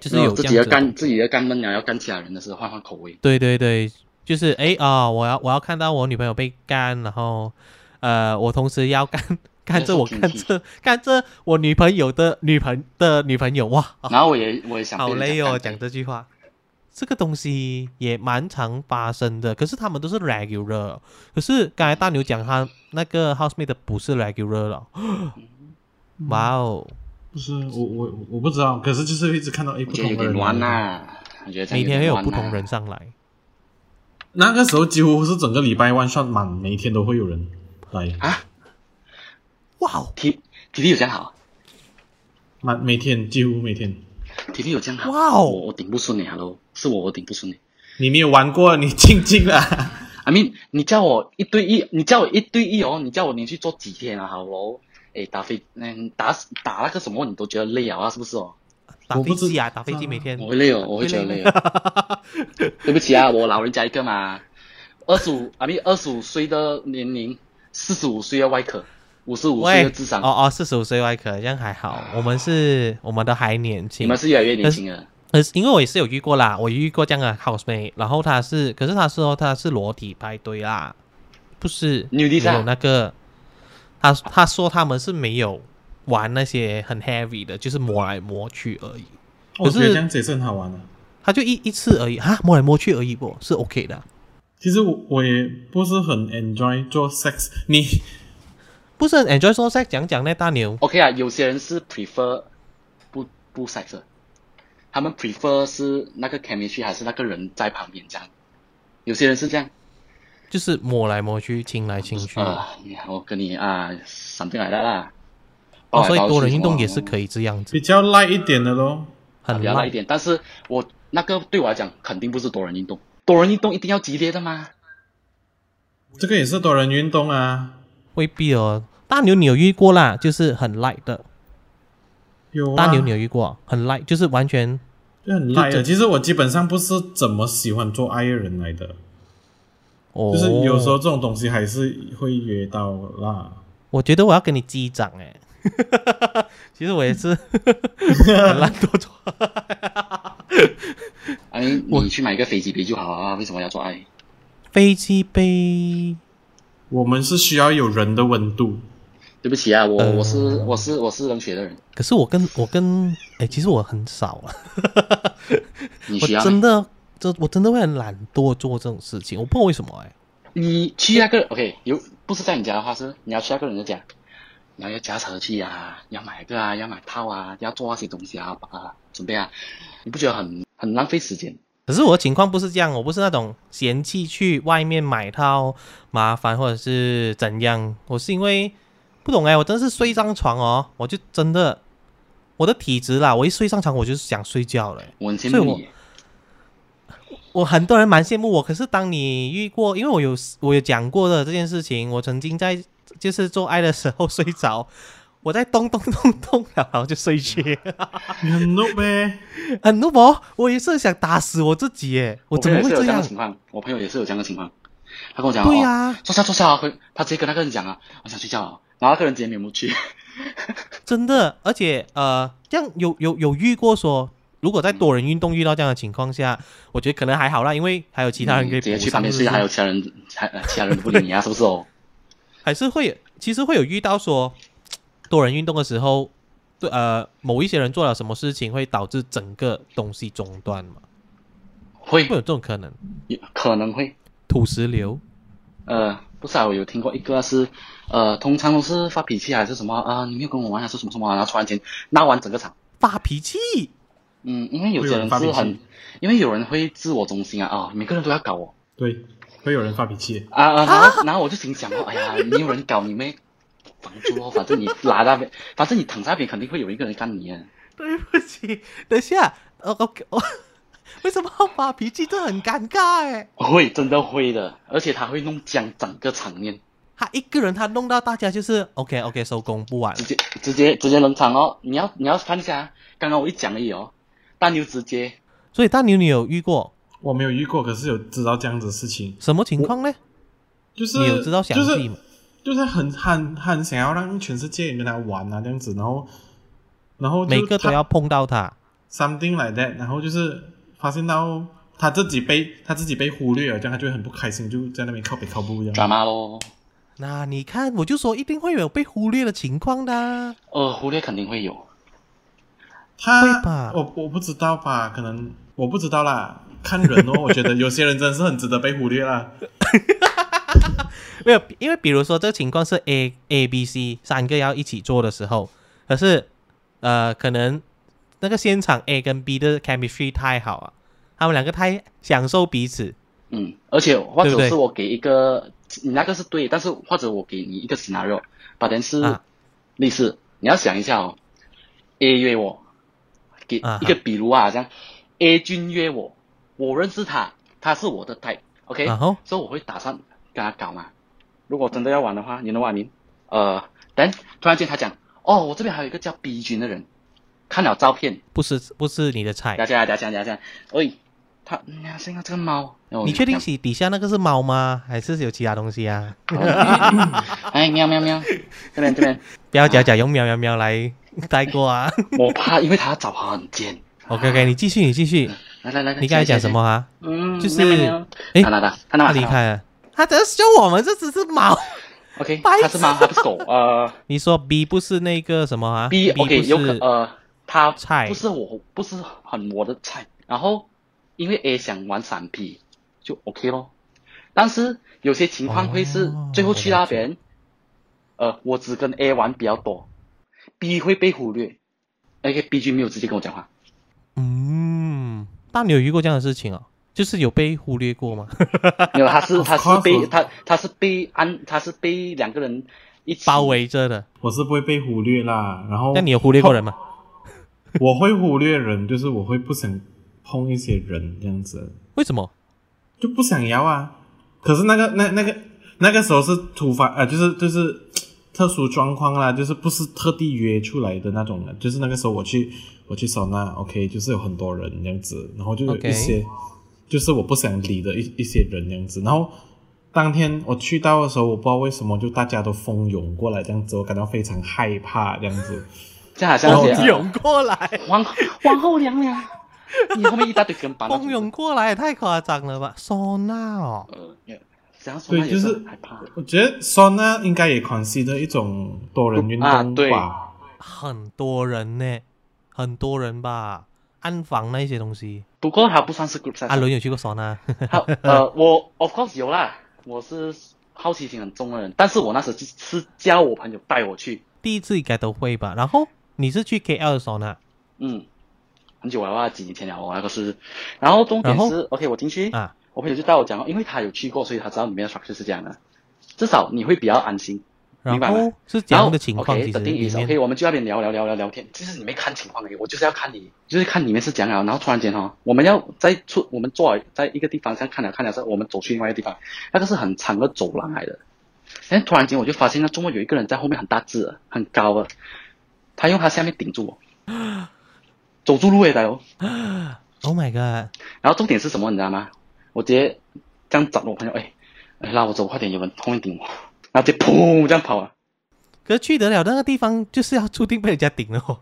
Speaker 3: 就是有
Speaker 5: 自
Speaker 3: 这
Speaker 5: 己
Speaker 3: 样
Speaker 5: 要
Speaker 3: 子的东
Speaker 5: 干
Speaker 3: 西。
Speaker 5: 自己要干闷啊了，要干其他人的时候换换口味。
Speaker 3: 对对对，就是哎啊、我要我要看到我女朋友被干，然后呃，我同时要干干着我
Speaker 5: 要受
Speaker 3: 干
Speaker 5: 警惕
Speaker 3: 着干着我女朋友的女朋的女朋友，哇，
Speaker 5: 然后我也我也想被
Speaker 3: 啊好
Speaker 5: 人家
Speaker 3: 累哦，
Speaker 5: 干
Speaker 3: 讲这句话。这个东西也蛮常发生的，可是他们都是 regular。可是刚才大牛讲他那个 housemate 的不是 regular 了，
Speaker 5: 嗯
Speaker 3: 哇哦，
Speaker 4: 不是我我我我不知道，可是就是一直看到哎
Speaker 5: 我
Speaker 4: 不
Speaker 5: 觉得
Speaker 4: 同的
Speaker 5: 有点啊
Speaker 4: 人
Speaker 5: 乱
Speaker 4: 来
Speaker 5: 呐、我觉得这样
Speaker 3: 每天会
Speaker 5: 点
Speaker 3: 有
Speaker 5: 乱
Speaker 3: 不同
Speaker 5: 啊
Speaker 3: 人上来。
Speaker 4: 那个时候几乎是整个礼拜 one shot 满，每一天都会有人来，
Speaker 5: 啊，
Speaker 3: 哇哦，
Speaker 5: 体体力有这样好，
Speaker 4: 满每天几乎每天。
Speaker 5: 体力有这样好，
Speaker 3: 哇哦
Speaker 5: 我我顶不顺你，hello，是我我顶不顺你。
Speaker 4: 你没有玩过，你静静
Speaker 3: <laughs>
Speaker 4: 啊啦。
Speaker 5: I mean，你叫我一对一，你叫我一对一哦，你叫我连续做几天啊，hello，哎，打飞，嗯，打打那个什么，你都觉得累啊，是不是哦？ <laughs>
Speaker 3: 打
Speaker 4: 我
Speaker 3: 飞
Speaker 4: 不知
Speaker 3: 机啊，打飞机每天
Speaker 5: 我会累哦，我会觉得
Speaker 3: 会累
Speaker 5: 累哦。对不起啊，我老人家一个嘛，二十五，I mean，二十五岁的年龄，四十五岁的外壳，五十五岁的智商，啊
Speaker 3: 哦哦，四十五岁外科，这样还好。我们是我们都还年
Speaker 5: 你
Speaker 3: 轻
Speaker 5: 们，是越来越年轻了。
Speaker 3: 可是因为我也是有遇过啦，我遇过这样的 housemate，然后他是，可是他是哦，他是裸体派对啦，不是
Speaker 5: 女的
Speaker 3: 没
Speaker 5: 噻
Speaker 3: 有那个，他他说他们是没有玩那些很 heavy 的，就是摸来摸去而已，
Speaker 4: 我觉
Speaker 3: 可
Speaker 4: 得
Speaker 3: 是
Speaker 4: 这样子也是很好玩啊的、
Speaker 3: 他就一一次而已哈，摸来摸去而已不，是 OK 的啊，
Speaker 4: 其实我我也不是很 enjoy 做 sex，你
Speaker 3: 不是很 enjoy 说再讲讲那大牛
Speaker 5: OK 啊，有些人是 prefer 不不 sex，的他们 prefer 是那个 chemistry 还是那个人在旁边这样，有些人是这样。
Speaker 3: 就是摸来摸去，亲来亲去，哦，
Speaker 5: 啊，你我跟你啊，something like that 啦。抱来
Speaker 3: 哦所以
Speaker 5: 抱去
Speaker 3: 多人运动也
Speaker 5: 什
Speaker 3: 是
Speaker 5: 么
Speaker 3: 可以这样子，
Speaker 4: 比较 light 一点的咯。
Speaker 3: 很
Speaker 5: 啊比较辣
Speaker 3: 慢
Speaker 5: 一点，但是我那个对我来讲肯定不是多人运动，多人运动一定要激烈的嘛。
Speaker 4: 这个也是多人运动啊，
Speaker 3: 未必哦。大牛你有遇过啦，就是很 light 的。
Speaker 4: 有啊，
Speaker 3: 大牛你有遇过，很 light，就是完全
Speaker 4: 就很 light 啊
Speaker 3: 就
Speaker 4: 的。其实我基本上不是怎么喜欢做爱的人来的，
Speaker 3: 哦。
Speaker 4: 就是有时候，这种东西还是会约到啦。
Speaker 3: 我觉得我要跟你击掌哎、 <laughs> 其实我也
Speaker 4: <laughs>
Speaker 3: 是很懒惰做，
Speaker 5: 哎，你去买一个飞机杯就好啊，为什么要做爱？
Speaker 3: 飞机杯
Speaker 4: 我们是需要有人的
Speaker 3: <laughs>
Speaker 4: 温度，
Speaker 5: 对不起啊，我
Speaker 3: 呃
Speaker 5: 我是我是我是冷血的人，
Speaker 3: 可是我跟我跟哎、其实我很少啊，
Speaker 5: 你
Speaker 3: 我
Speaker 5: 需要
Speaker 3: 真的这我真的会很懒惰做这种事情，我不知道为什么哎、
Speaker 5: 你去那个 OK，有不是在你家的话是你要去那个人的家，你要要驾车去啊，要买个啊，要买套啊，要做那些东西啊，把啊准备啊，你不觉得很很浪费时间？
Speaker 3: 可是我的情况不是这样，我不是那种嫌弃去外面买套麻烦或者是怎样，我是因为不懂哎、我真的是睡上床哦，我就真的我的体质啦，我一睡上床我就是想睡觉了欸、
Speaker 5: 我很羡
Speaker 3: 所以
Speaker 5: 慕
Speaker 3: 我
Speaker 5: 你，
Speaker 3: 我很多人蛮羡慕我，可是当你遇过，因为我有我有讲过的这件事情，我曾经在就是做爱的时候睡着，我在咚咚咚咚，然后就睡去，
Speaker 4: 你很 no 呗。
Speaker 5: 嗯
Speaker 3: 很怒火，我也是想打死我自己耶，我怎
Speaker 5: 朋友
Speaker 3: 么会
Speaker 5: 也是有
Speaker 3: 这
Speaker 5: 这样
Speaker 3: 样
Speaker 5: 的？情况，我朋友也是有这样的情况，他跟我讲
Speaker 3: 对
Speaker 5: 哦，
Speaker 3: 呀、
Speaker 5: 坐下坐下啊，回他直接跟那个人讲啊，我想睡觉啊，然后那个人直接面目去，
Speaker 3: 真的，而且呃，这样有有有遇过说。如果在多人运动遇到这样的情况下，我觉得可能还好啦，因为还有其他人可以
Speaker 5: 嗯直
Speaker 3: 补
Speaker 5: 接去
Speaker 3: 上
Speaker 5: 旁边
Speaker 3: 是
Speaker 5: 睡，
Speaker 3: 不是
Speaker 5: 还有其他人还呃其他人不理你啊，是不是哦？
Speaker 3: 还是会其实会有遇到说多人运动的时候，对呃某一些人做了什么事情会导致整个东西中断嘛？
Speaker 5: 会
Speaker 3: 会有这种可能，
Speaker 5: 可能会，
Speaker 3: 土石流
Speaker 5: 呃，不是啊，我有听过一个是，呃，通常都是发脾气还是什么啊、你没有跟我玩还是什么什么，啊然后突然间闹完整个场。
Speaker 3: 发脾气，
Speaker 5: 嗯，因为有
Speaker 4: 会有
Speaker 5: 些
Speaker 4: 人
Speaker 5: 人
Speaker 4: 发脾
Speaker 5: 是
Speaker 4: 气
Speaker 5: 很，因为有人会自我中心啊啊、每个人都要搞我
Speaker 4: 对，会有人发脾气。
Speaker 5: 啊啊，然后然后我就心想哦，哎呀，你有人搞你妹，房租哦，反正你拿那边， <laughs> 反正你躺在那边肯定会有一个人干你啊。
Speaker 3: 对不起， <laughs> 等一下，呃，OK，我 <laughs> 为什么要发脾气？这很尴尬哎。
Speaker 5: 会，真的会的，而且他会弄僵整个场面，
Speaker 3: 他一个人他弄到大家就是 OK OK 收工不玩
Speaker 5: 直
Speaker 3: 了，
Speaker 5: 接直接直接冷场哦。你要你要看一下啊，刚刚我一讲而已哦，大牛直接
Speaker 3: 所以大牛你有遇过
Speaker 4: 我没有遇过，可是有知道这样子的事情，
Speaker 3: 什么情况呢？
Speaker 4: 就是
Speaker 3: 你有知道详细吗？
Speaker 4: 就是就是很很很想要让全世界人跟他玩啊，这样子，然后然后就
Speaker 3: 每个都
Speaker 4: 他
Speaker 3: 要碰到他，
Speaker 4: something like that，然后就是发现到他自己被他自己被忽略了，这样他就会很不开心，就在那边靠北靠步这
Speaker 5: 抓
Speaker 4: 样。
Speaker 5: 马咯。
Speaker 3: 那你看我就说一定会有被忽略的情况的啊、
Speaker 5: 呃，忽略肯定会有，
Speaker 3: 会吧
Speaker 4: 他我我不知道吧，可能我不知道啦，看人哦，我觉得有些人真的是很值得被忽略啦。
Speaker 3: 没有，因为比如说这个情况是 A A B C 三个要一起做的时候，可是呃，可能那个现场 A 跟 B 的 chemistry 太好啊，他们两个太享受彼此，
Speaker 5: 嗯，而且或
Speaker 3: 对不对
Speaker 5: 者是我给一个，你那个是对，但是或者我给你一个 scenario，把人是
Speaker 3: 啊
Speaker 5: 类似，你要想一下哦，A 约我，给
Speaker 3: 啊哈
Speaker 5: 一个比如啊，这样 A 君约我，我认识他，他是我的 type，OK，、
Speaker 3: 然后
Speaker 5: 所以我会打算跟他搞嘛。如果真的要玩的话，你能玩赢。呃，等突然间他讲，哦，我这边还有一个叫 B 君的人，看了照片，
Speaker 3: 不是不是你的
Speaker 5: 等
Speaker 3: 菜，
Speaker 5: 一下等一下等一下，喂，他你看这个猫，然后我
Speaker 3: 你
Speaker 5: 就
Speaker 3: 确定
Speaker 5: 讲
Speaker 3: 是底下那个是猫吗？还是有其他东西啊？
Speaker 5: <laughs> 哎，喵喵喵，这边这边，
Speaker 3: 不要假假用喵喵喵来带过啊。 <laughs>
Speaker 5: 我怕，因为他找他很尖。
Speaker 3: OK OK，你继续你继续，
Speaker 5: 来来来，
Speaker 3: 你刚才讲什么？啊？
Speaker 5: 嗯，
Speaker 3: 就是
Speaker 5: 喵喵喵
Speaker 3: 诶
Speaker 5: 看到的，看到
Speaker 3: 他
Speaker 5: 吗
Speaker 3: 离开了，他只是说我们这只是猫。
Speaker 5: ，OK，
Speaker 3: 白痴
Speaker 5: 他是猫，他不是狗，呃
Speaker 3: <laughs> 你说 B 不是那个什么啊
Speaker 5: ，B
Speaker 3: 不
Speaker 5: OK 有可
Speaker 3: 是
Speaker 5: 呃，他
Speaker 3: 菜
Speaker 5: 不是我，不是很我的菜。然后因为 A 想玩闪避，就 OK 咯。但是有些情况会是
Speaker 3: 哦
Speaker 5: 最后去那边，呃，我只跟 A 玩比较多，B 会被忽略。OK，B 君没有直接跟我讲话，
Speaker 3: 嗯，那你有遇过这样的事情哦？就是有被忽略过吗？ <laughs>
Speaker 5: <laughs> 没有，他是
Speaker 4: Of
Speaker 5: 他是
Speaker 4: course
Speaker 5: 被
Speaker 4: 我
Speaker 5: 他他是被安，他是被两个人一起
Speaker 3: 包。围着的。
Speaker 4: 我是不会被忽略啦，然后
Speaker 3: 那你有忽略过人吗？
Speaker 4: <laughs> 我会忽略人，就是我会不想碰一些人这样子，
Speaker 3: 为什么？
Speaker 4: 就不想要啊。可是那个那那个那个时候是突发呃，就是就是特殊状况啦，就是不是特地约出来的那种的，就是那个时候我去我去收纳，OK，就是有很多人这样子，然后就有
Speaker 3: OK
Speaker 4: 一些就是我不想理的一一些人这样子，然后。当天我去到的时候，我不知道为什么就大家都蜂拥过来这样子，我感到非常害怕这样子。
Speaker 5: 就好像那些
Speaker 4: 哦
Speaker 5: 呃
Speaker 3: 涌过来，
Speaker 5: 皇皇后娘娘，你后面一大堆跟班的
Speaker 3: 蜂拥，过来，太夸张了吧？收纳哦，
Speaker 5: 呃，这样说
Speaker 4: 对
Speaker 5: 那也
Speaker 4: 就是是
Speaker 5: 很害怕。
Speaker 4: 我觉得 sauna 应该也 consider 一种多人运动吧。
Speaker 5: 啊对
Speaker 3: 很多人呢，很多人吧。暗房那一些东西，
Speaker 5: 不过他不算是 group
Speaker 3: 阿
Speaker 5: size，
Speaker 3: 伦有去过收纳，
Speaker 5: 他呃，我 of course 有啦，我是好奇心很重的人，但是我那时候是是叫我朋友带我去，
Speaker 3: <laughs> 第一次应该都会吧。然后你是去 KL 的收纳
Speaker 5: 嗯，很久了哇，几年前了，我那个是，然后重点
Speaker 3: 然后
Speaker 5: 是 OK，我进去，
Speaker 3: 啊？
Speaker 5: 我朋友就带我讲，因为他有去过，所以他知道里面的 structure 是这样的，至少你会比较安心。
Speaker 3: 然
Speaker 5: 明白
Speaker 3: 后
Speaker 5: 吗
Speaker 3: 是怎
Speaker 5: 然后
Speaker 3: 样的情况？
Speaker 5: OK，
Speaker 3: 其实
Speaker 5: 等定
Speaker 3: 里
Speaker 5: 义 OK，
Speaker 3: 面
Speaker 5: 我们就那边聊聊聊聊聊天，就是你没看情况而已，我就是要看你，就是看里面是怎样啊。然后突然间哈、哦，我们要再出，我们坐好在一个地方这样看了看了之后，我们走去另外一个地方，那个是很长的走廊来的。哎，突然间我就发现那中国有一个人在后面很大只的，很高的，他用他下面顶住我，走住路也来哦。
Speaker 3: ，Oh my god，
Speaker 5: 然后重点是什么，你知道吗？我直接这样找我朋友，哎，哎拉我走，快点，有人后面顶我，然后直接砰这样跑了。啊
Speaker 3: 可是去得了那个地方，就是要注定被人家顶了哦。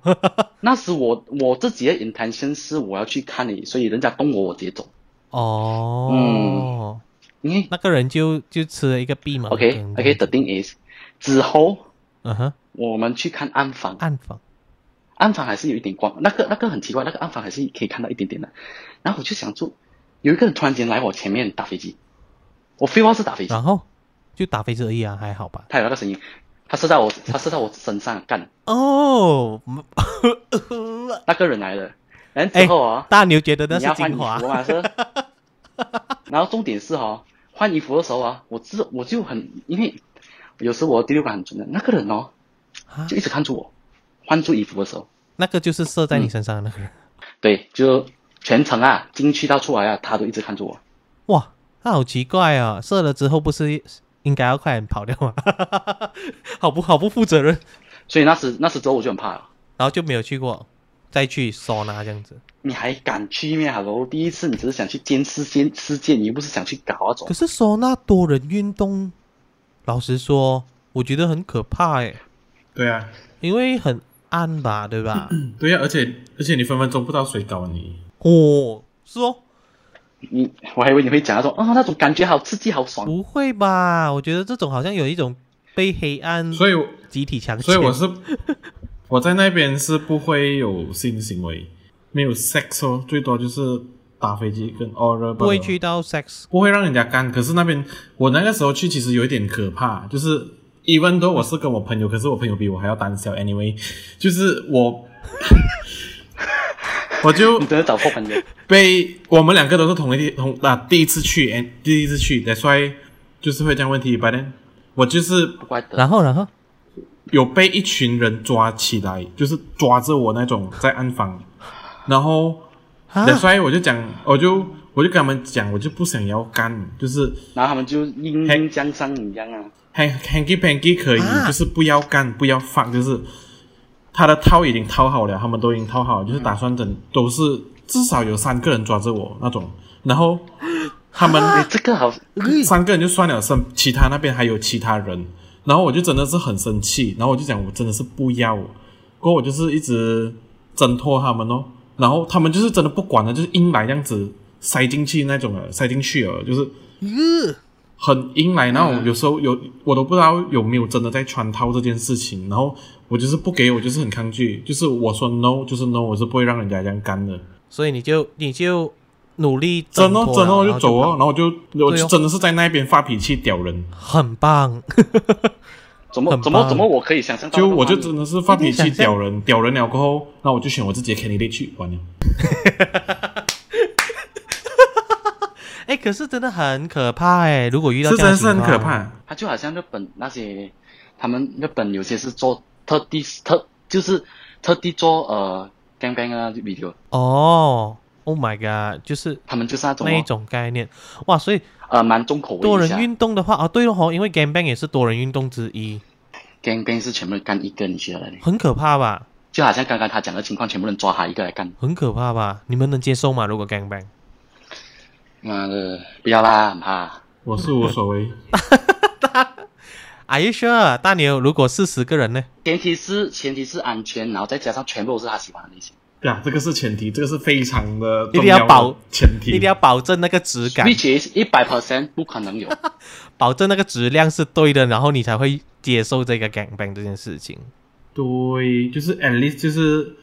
Speaker 5: 那时我我自己的 intention 是我要去看你，所以人家动我，我直接走。
Speaker 3: 哦， <laughs>
Speaker 5: 嗯因为
Speaker 3: 那个人就就吃了一个闭门羹
Speaker 5: OK OK，the、thing is，之后
Speaker 3: 嗯哼，
Speaker 5: 我们去看暗房，
Speaker 3: 暗访，
Speaker 5: 暗房还是有一点光，那个那个很奇怪，那个暗房还是可以看到一点点的。然后我就想住，有一个人突然间来我前面打飞机，我非忘是打飞机，
Speaker 3: 然后就打飞机而已啊，还好吧？
Speaker 5: 他有那个声音，他射到我，他射到我身上干，
Speaker 3: 哦，
Speaker 5: 那个人来了，然后
Speaker 3: 哎
Speaker 5: 之后啊，
Speaker 3: <laughs> 大牛觉得那
Speaker 5: 你要
Speaker 3: 是
Speaker 5: 换衣
Speaker 3: 精
Speaker 5: 服
Speaker 3: 华，
Speaker 5: 嘛是，
Speaker 3: <laughs>
Speaker 5: 然后重点是哈、哦，换衣服的时候啊，我自我就很因为有时我第六感很准的，那个人哦
Speaker 3: 啊
Speaker 5: 就一直看住我，换住衣服的时候，
Speaker 3: <laughs> 那个就是射在你身上的那个人。
Speaker 5: 嗯对，就全程啊进去到出来啊，他都一直看住我。
Speaker 3: 哇，那好奇怪啊、哦！射了之后不是应该要快点跑掉吗？ <laughs> 好不好不负责任，
Speaker 5: 所以那时那时之后我就很怕了。
Speaker 3: 然后就没有去过，再去收纳这样子。
Speaker 5: 你还敢去面 Hello？第一次你只是想去监视监世界，你又不是想去搞那种
Speaker 3: 可。是收纳多人运动，老实说，我觉得很可怕诶，
Speaker 4: 对啊，
Speaker 3: 因为很暗吧，对 <clears throat> 吧？
Speaker 4: 对啊，而且而且你分分钟不知道谁搞你。
Speaker 3: 哦，是哦，
Speaker 5: 你我还以为你会讲那种啊、那种感觉好刺激好爽。
Speaker 3: 不会吧？我觉得这种好像有一种被黑暗
Speaker 4: 所以我
Speaker 3: 集体强
Speaker 4: 所
Speaker 3: 奸
Speaker 4: 以
Speaker 3: <laughs>
Speaker 4: 我是我在那边是不会有性行为，没有 sex 哦，最多就是打飞机跟 oral，
Speaker 3: 不会去到 sex
Speaker 4: 不会让人家干。可是那边我那个时候去，其实有一点可怕，就是 even though 我是跟我朋友，可是我朋友比我还要胆小。Anyway，就是我， <laughs> 我就
Speaker 5: 你真的找破朋友？
Speaker 4: 被我们两个都是同一地同啊第一次去，哎，第一次去，that's why 就是会这样问题。反正我就是
Speaker 5: 不怪得。
Speaker 3: 然后然后
Speaker 4: 有被一群人抓起来，就是抓着我那种在暗访，然后
Speaker 3: 啊，
Speaker 4: that's why 我就讲，我就我就跟他们讲，我就不想要干，就是
Speaker 5: 然后他们就硬
Speaker 4: 嘿
Speaker 5: 硬江山一样啊。
Speaker 4: Hang Hanky Panky 可以，
Speaker 3: 啊
Speaker 4: 就是不要干，不要放，就是他的套已经套好了，他们都已经套好了，就是打算等都是至少有三个人抓着我那种，然后他们
Speaker 5: 哎，这个好，
Speaker 4: 三个人就算了，剩其他那边还有其他人，然后我就真的是很生气，然后我就讲我真的是不要，过后我就是一直挣脱他们哦，然后他们就是真的不管了，就是硬来这样子塞进去那种了，塞进去了，就是
Speaker 3: 呃
Speaker 4: 很硬来，然后有时候有我都不知道有没有真的在穿套这件事情，然后我就是不给我就是很抗拒，就是我说 no 就是 no，我是不会让人家这样干的，
Speaker 3: 所以你就你就努力挣
Speaker 4: 真
Speaker 3: 脱
Speaker 4: 哦
Speaker 3: 了，
Speaker 4: 真哦我
Speaker 3: 然
Speaker 4: 就
Speaker 3: 后
Speaker 4: 走
Speaker 3: 跑
Speaker 4: 哦，然后我就我
Speaker 3: 对
Speaker 4: 就
Speaker 3: 哦
Speaker 4: 真的是在那边发脾气屌人。
Speaker 3: 很棒， <laughs>
Speaker 5: 怎么
Speaker 3: 很棒
Speaker 5: 怎么怎么我可以想象到
Speaker 4: 就
Speaker 5: 那个画
Speaker 4: 我
Speaker 5: 面？
Speaker 4: 就真的是发脾
Speaker 3: 一
Speaker 4: 气
Speaker 3: 定想象
Speaker 4: 屌人，屌人了过后，那我就选我自己的 candidate 去玩了。
Speaker 3: 哎，可是真的很可怕哎，如果遇到
Speaker 4: 这
Speaker 3: 这
Speaker 4: 真
Speaker 3: 样
Speaker 4: 的
Speaker 3: 的
Speaker 4: 是很
Speaker 3: 情
Speaker 4: 可
Speaker 3: 况，啊
Speaker 4: 怕。
Speaker 5: 他就好像日本那些，他们日本有些是做特地特就是特地做呃 gang bang 啊 video，
Speaker 3: 哦。Oh my god，就是
Speaker 5: 他们就是那种、
Speaker 3: 那一
Speaker 5: 哦、
Speaker 3: 种概念哇！所以
Speaker 5: 呃蛮重口味
Speaker 3: 多
Speaker 5: 一
Speaker 3: 人
Speaker 5: 下。
Speaker 3: 运动的话啊，对了吼，因为 game bang 也是多人运动之一，
Speaker 5: gang bang 是全部干一个，你觉得呢？
Speaker 3: 很可怕吧？
Speaker 5: 就好像刚刚他讲的情况，全部人抓他一个来干。
Speaker 3: 很可怕吧？你们能接受吗？如果 gang bang，
Speaker 5: 妈的，呃不要啦，很怕。
Speaker 4: 我是无所谓，
Speaker 3: Are you sure？大牛，如果四十个人呢？
Speaker 5: 前提是前提是安全，然后再加上全部都是他喜欢的类型。
Speaker 4: 呀，这个是前提，这个是非常的
Speaker 3: 一定
Speaker 4: 重
Speaker 3: 要
Speaker 4: 的
Speaker 3: 保
Speaker 4: 前提，
Speaker 3: 一定要保证那个质感，
Speaker 5: Which is 一百 percent 不可能有，
Speaker 3: 保证那个质量是对的，然后你才会接受这个 gang bang 这件事情。
Speaker 4: 对，就是 at least 就是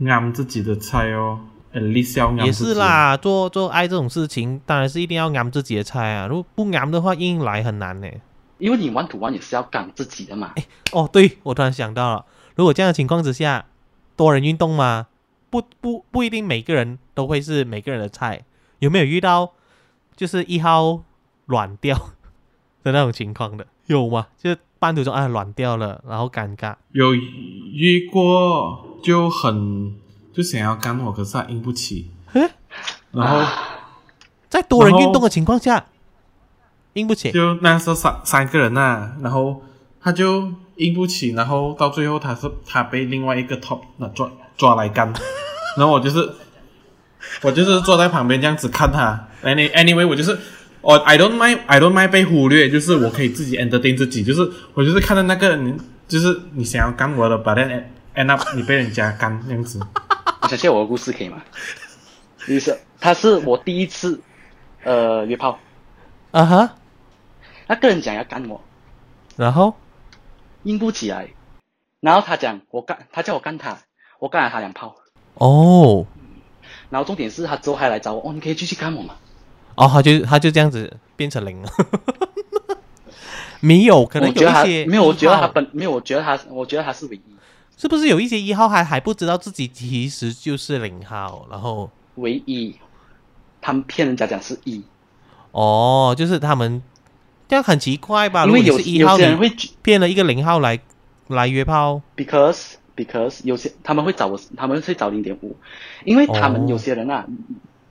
Speaker 4: 啱自己的菜哦，at least 要啱
Speaker 3: 也
Speaker 4: 自己
Speaker 3: 是，啦，做做爱这种事情，当然是一定要昂自己的菜啊。如果不昂的话，硬来很难呢。
Speaker 5: 因为你玩土玩也是要干自己的嘛。
Speaker 3: 哦，对，我突然想到了，如果这样的情况之下，多人运动嘛，不不不一定每个人都会是每个人的菜。有没有遇到就是一号软掉的那种情况的？有吗？就是半途中啊软掉了，然后尴尬。
Speaker 4: 有遇过就很就想要干我，可是他硬不起，
Speaker 3: 诶
Speaker 4: 然后
Speaker 3: 在多人
Speaker 4: 然后
Speaker 3: 运动的情况下，硬不起
Speaker 4: 就那时候三三个人呐、然后他就硬不起，然后到最后他是他被另外一个 top 那抓抓来干，然后我就是 <laughs> 我就是坐在旁边这样子看他，any anyway 我就是。我 I don't mind I don't mind 被忽略，就是我可以自己 entertain 自己，就是我就是看到那个人，就是你想要干我的，把 then end up 你被人家干这样子，
Speaker 5: 我想谢我的故事可以吗？女生，她是我第一次，呃，约炮。
Speaker 3: 啊哈，
Speaker 5: 那个人讲要干我，
Speaker 3: 然后
Speaker 5: 硬不起来。然后他讲我干，他叫我干他，我干了他两炮。
Speaker 3: 哦，
Speaker 5: 然后重点是他之后还来找我，哦，你可以继续干我嘛？
Speaker 3: 哦，他就他就这样子变成零了， <laughs> 没有，可能
Speaker 5: 我觉
Speaker 3: 有
Speaker 5: 得
Speaker 3: 一
Speaker 5: 他
Speaker 3: 些
Speaker 5: 没有，我觉得
Speaker 3: 一号
Speaker 5: 他本没有，我觉得他我觉得他是唯一
Speaker 3: 是不是有一些一号还还不知道自己其实就是零号，然后
Speaker 5: 唯一，他们骗人家讲是一，
Speaker 3: 哦，就是他们这样很奇怪吧？
Speaker 5: 因为
Speaker 3: 如
Speaker 5: 有
Speaker 3: 果你是一号，
Speaker 5: 有些人
Speaker 3: 你
Speaker 5: 会觉
Speaker 3: 骗了一个零号来来约炮，
Speaker 5: because because 有些他们会找我，他们会找零点五，因为他
Speaker 3: 哦
Speaker 5: 们有些人啊，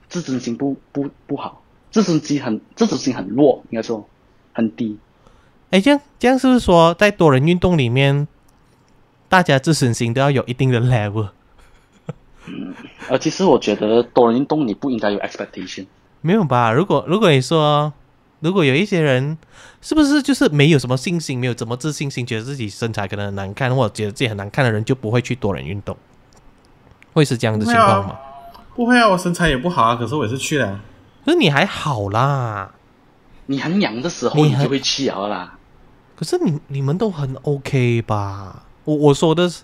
Speaker 5: 自尊心不不不好，自尊心很自尊心很弱，应该说很低。
Speaker 3: 哎，这样这样是不是说在多人运动里面，大家自尊心都要有一定的 level？
Speaker 5: 呃，其实我觉得多人运动你不应该有 expectation，
Speaker 3: 没有吧？如果如果你说，如果有一些人是不是就是没有什么信心，没有怎么自信心，觉得自己身材可能很难看，或者觉得自己很难看的人，就不会去多人运动，会是这样的情况吗？
Speaker 4: 不会啊，我身材也不好啊，可是我也是去了。
Speaker 3: 可是你还好啦，
Speaker 5: 你很痒的时候
Speaker 3: 你
Speaker 5: 你
Speaker 3: 很
Speaker 5: 就会去摇啦。
Speaker 3: 可是你你们都很 OK 吧？我我说的是，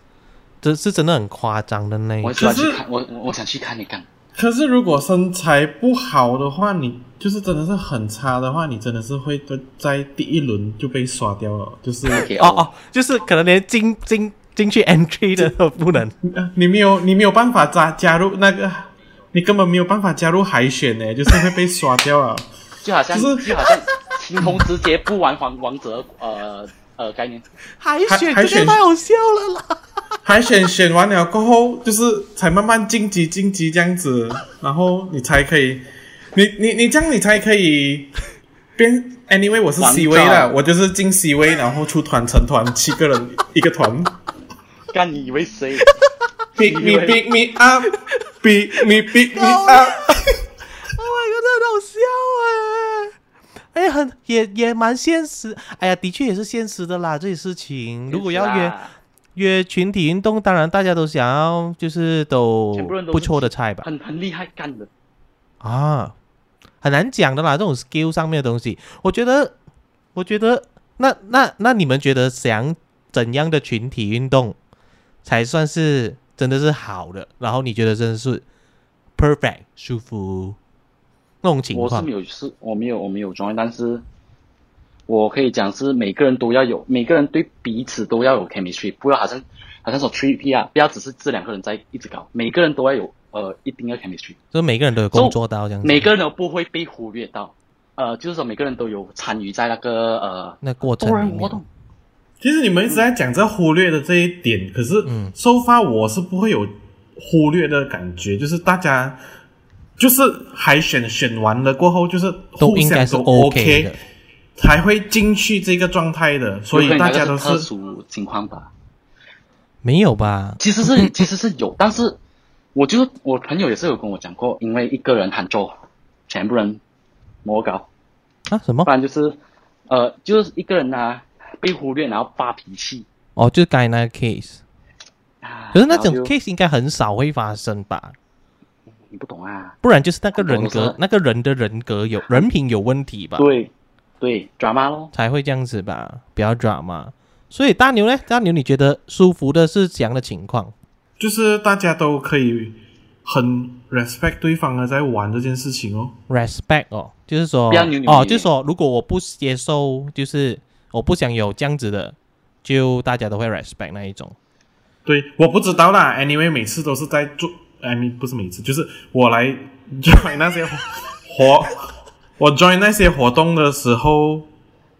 Speaker 3: 这是真的很夸张的那一
Speaker 5: 我
Speaker 3: 种。
Speaker 5: 喜欢
Speaker 4: 可是
Speaker 5: 去看，我我我想去看你干。
Speaker 4: 可是如果身材不好的话，你就是真的是很差的话，你真的是会在第一轮就被刷掉了，就是。 <laughs>
Speaker 5: 给
Speaker 3: 哦哦，就是可能连进进进去 entry 的都不能。
Speaker 4: 呃你没有，你没有办法加加入那个，你根本没有办法加入海选呢，就是会被刷掉啊。
Speaker 5: 就好像
Speaker 4: 就是
Speaker 5: 就好像青铜直接不玩王王者呃呃概念，
Speaker 3: 海
Speaker 4: 还
Speaker 3: 选
Speaker 4: 还
Speaker 3: 这个
Speaker 4: 选
Speaker 3: 太好笑了 <laughs> 啦！
Speaker 4: 海选选完了过后，就是才慢慢晋级晋级这样子，然后你才可以，你你你这样你才可以变。Anyway，我是
Speaker 5: 王
Speaker 4: C 位啦，
Speaker 5: 者
Speaker 4: 我就是进 C 位，然后出团成团七个人一个团
Speaker 5: 干你以为谁？
Speaker 4: ，Pick
Speaker 5: <laughs>
Speaker 4: me, pick me up，Pick me, pick me up。
Speaker 3: Oh my god，真的好笑哎、哎，很也也蛮现实。哎呀，的确也是现实的啦，这些事情。 <laughs> 如果要约
Speaker 5: 啊
Speaker 3: 约群体运动，当然大家都想要就是都
Speaker 5: 全部人都
Speaker 3: 不错的菜吧。
Speaker 5: 很很厉害干的，
Speaker 3: 啊，很难讲的啦，这种 skill 上面的东西，我觉得，我觉得，那那那你们觉得想怎样的群体运动才算是真的是好的？然后你觉得真的是 perfect 舒服那种情
Speaker 5: 我是
Speaker 3: 况
Speaker 5: 没？有是我没有我没有 join，但是我可以讲是每个人都要有，每个人对彼此都要有 chemistry，不要好像好像说 three P 啊，不要只是这两个人在一直搞，每个人都要有呃一定的 chemistry，
Speaker 3: 就每个人都有工作到这样子，
Speaker 5: 每个人都不会被忽略到，呃，就是说每个人都有参与在那个呃
Speaker 3: 那过程
Speaker 5: 多
Speaker 3: 里
Speaker 5: 人活
Speaker 3: 面
Speaker 5: 动。
Speaker 4: 其实你们一直在讲这忽略的这一点，可是
Speaker 3: 嗯
Speaker 4: ，so far 我是不会有忽略的感觉，就是大家就是海选选完了过后，就是
Speaker 3: 都
Speaker 4: 互
Speaker 3: 应该
Speaker 4: 相
Speaker 3: 是
Speaker 4: 都
Speaker 3: OK 的。
Speaker 4: 才会进去这个状态的，所
Speaker 5: 有可
Speaker 4: 以
Speaker 5: 能
Speaker 4: 大
Speaker 5: 那个
Speaker 4: 家都
Speaker 5: 特
Speaker 4: 是
Speaker 5: 殊情况吧。
Speaker 3: 没有吧？
Speaker 5: 其实是其实是有，但是我就是我朋友也是有跟我讲过，因为一个人喊做，全部人魔搞，
Speaker 3: 啊什么
Speaker 5: 不？然就是呃就是一个人啊被忽略，然后发脾气。
Speaker 3: 哦，就是刚才那个 case，
Speaker 5: 啊
Speaker 3: 可是那种
Speaker 5: 然后就
Speaker 3: case 应该很少会发生吧？
Speaker 5: 你不懂啊，
Speaker 3: 不然就是那个人
Speaker 5: 我懂我
Speaker 3: 格
Speaker 5: 懂，
Speaker 3: 那个人的人格有人品有问题吧？
Speaker 5: 对对，drama 咯，
Speaker 3: 才会这样子吧，比较 drama。所以大牛呢？大牛你觉得舒服的是怎样的情况？
Speaker 4: 就是大家都可以很 respect 对方啊的在玩这件事情哦。
Speaker 3: respect 哦，就是说
Speaker 5: 不要扭扭捏
Speaker 3: 哦，
Speaker 5: 捏
Speaker 3: 就是说如果我不接受，就是我不想有这样子的，就大家都会 respect 那一种。
Speaker 4: 对，我不知道啦。Anyway，每次都是在做，I mean 不是每次，就是我来 join 那些活，我 join 那些活动的时候，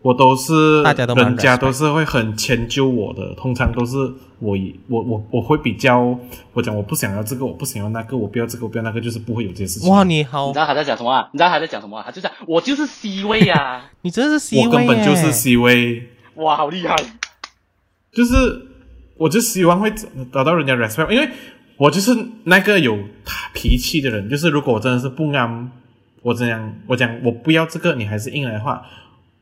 Speaker 4: 我都是
Speaker 3: 大家都蛮
Speaker 4: 人家
Speaker 3: respect
Speaker 4: 都是会很迁就我的，通常都是我以我我我会比较，我讲我不想要这个，我不想要那个，我不要这个，我不要那个，就是不会有这些事情。
Speaker 3: 哇，你好
Speaker 5: 你知，道他在讲什么、啊？你知道他在讲什么、啊？他就讲我就是 C
Speaker 3: <laughs>
Speaker 5: 位啊，
Speaker 3: 你真的是 C 位
Speaker 4: 我根本就
Speaker 3: 耶
Speaker 4: 是 C 位。
Speaker 5: 哇，好厉害！
Speaker 4: 就是我就希望会得到人家 respect，因为我就是那个有脾气的人。就是如果我真的是不安，我怎样我讲我不要这个，你还是硬来的话，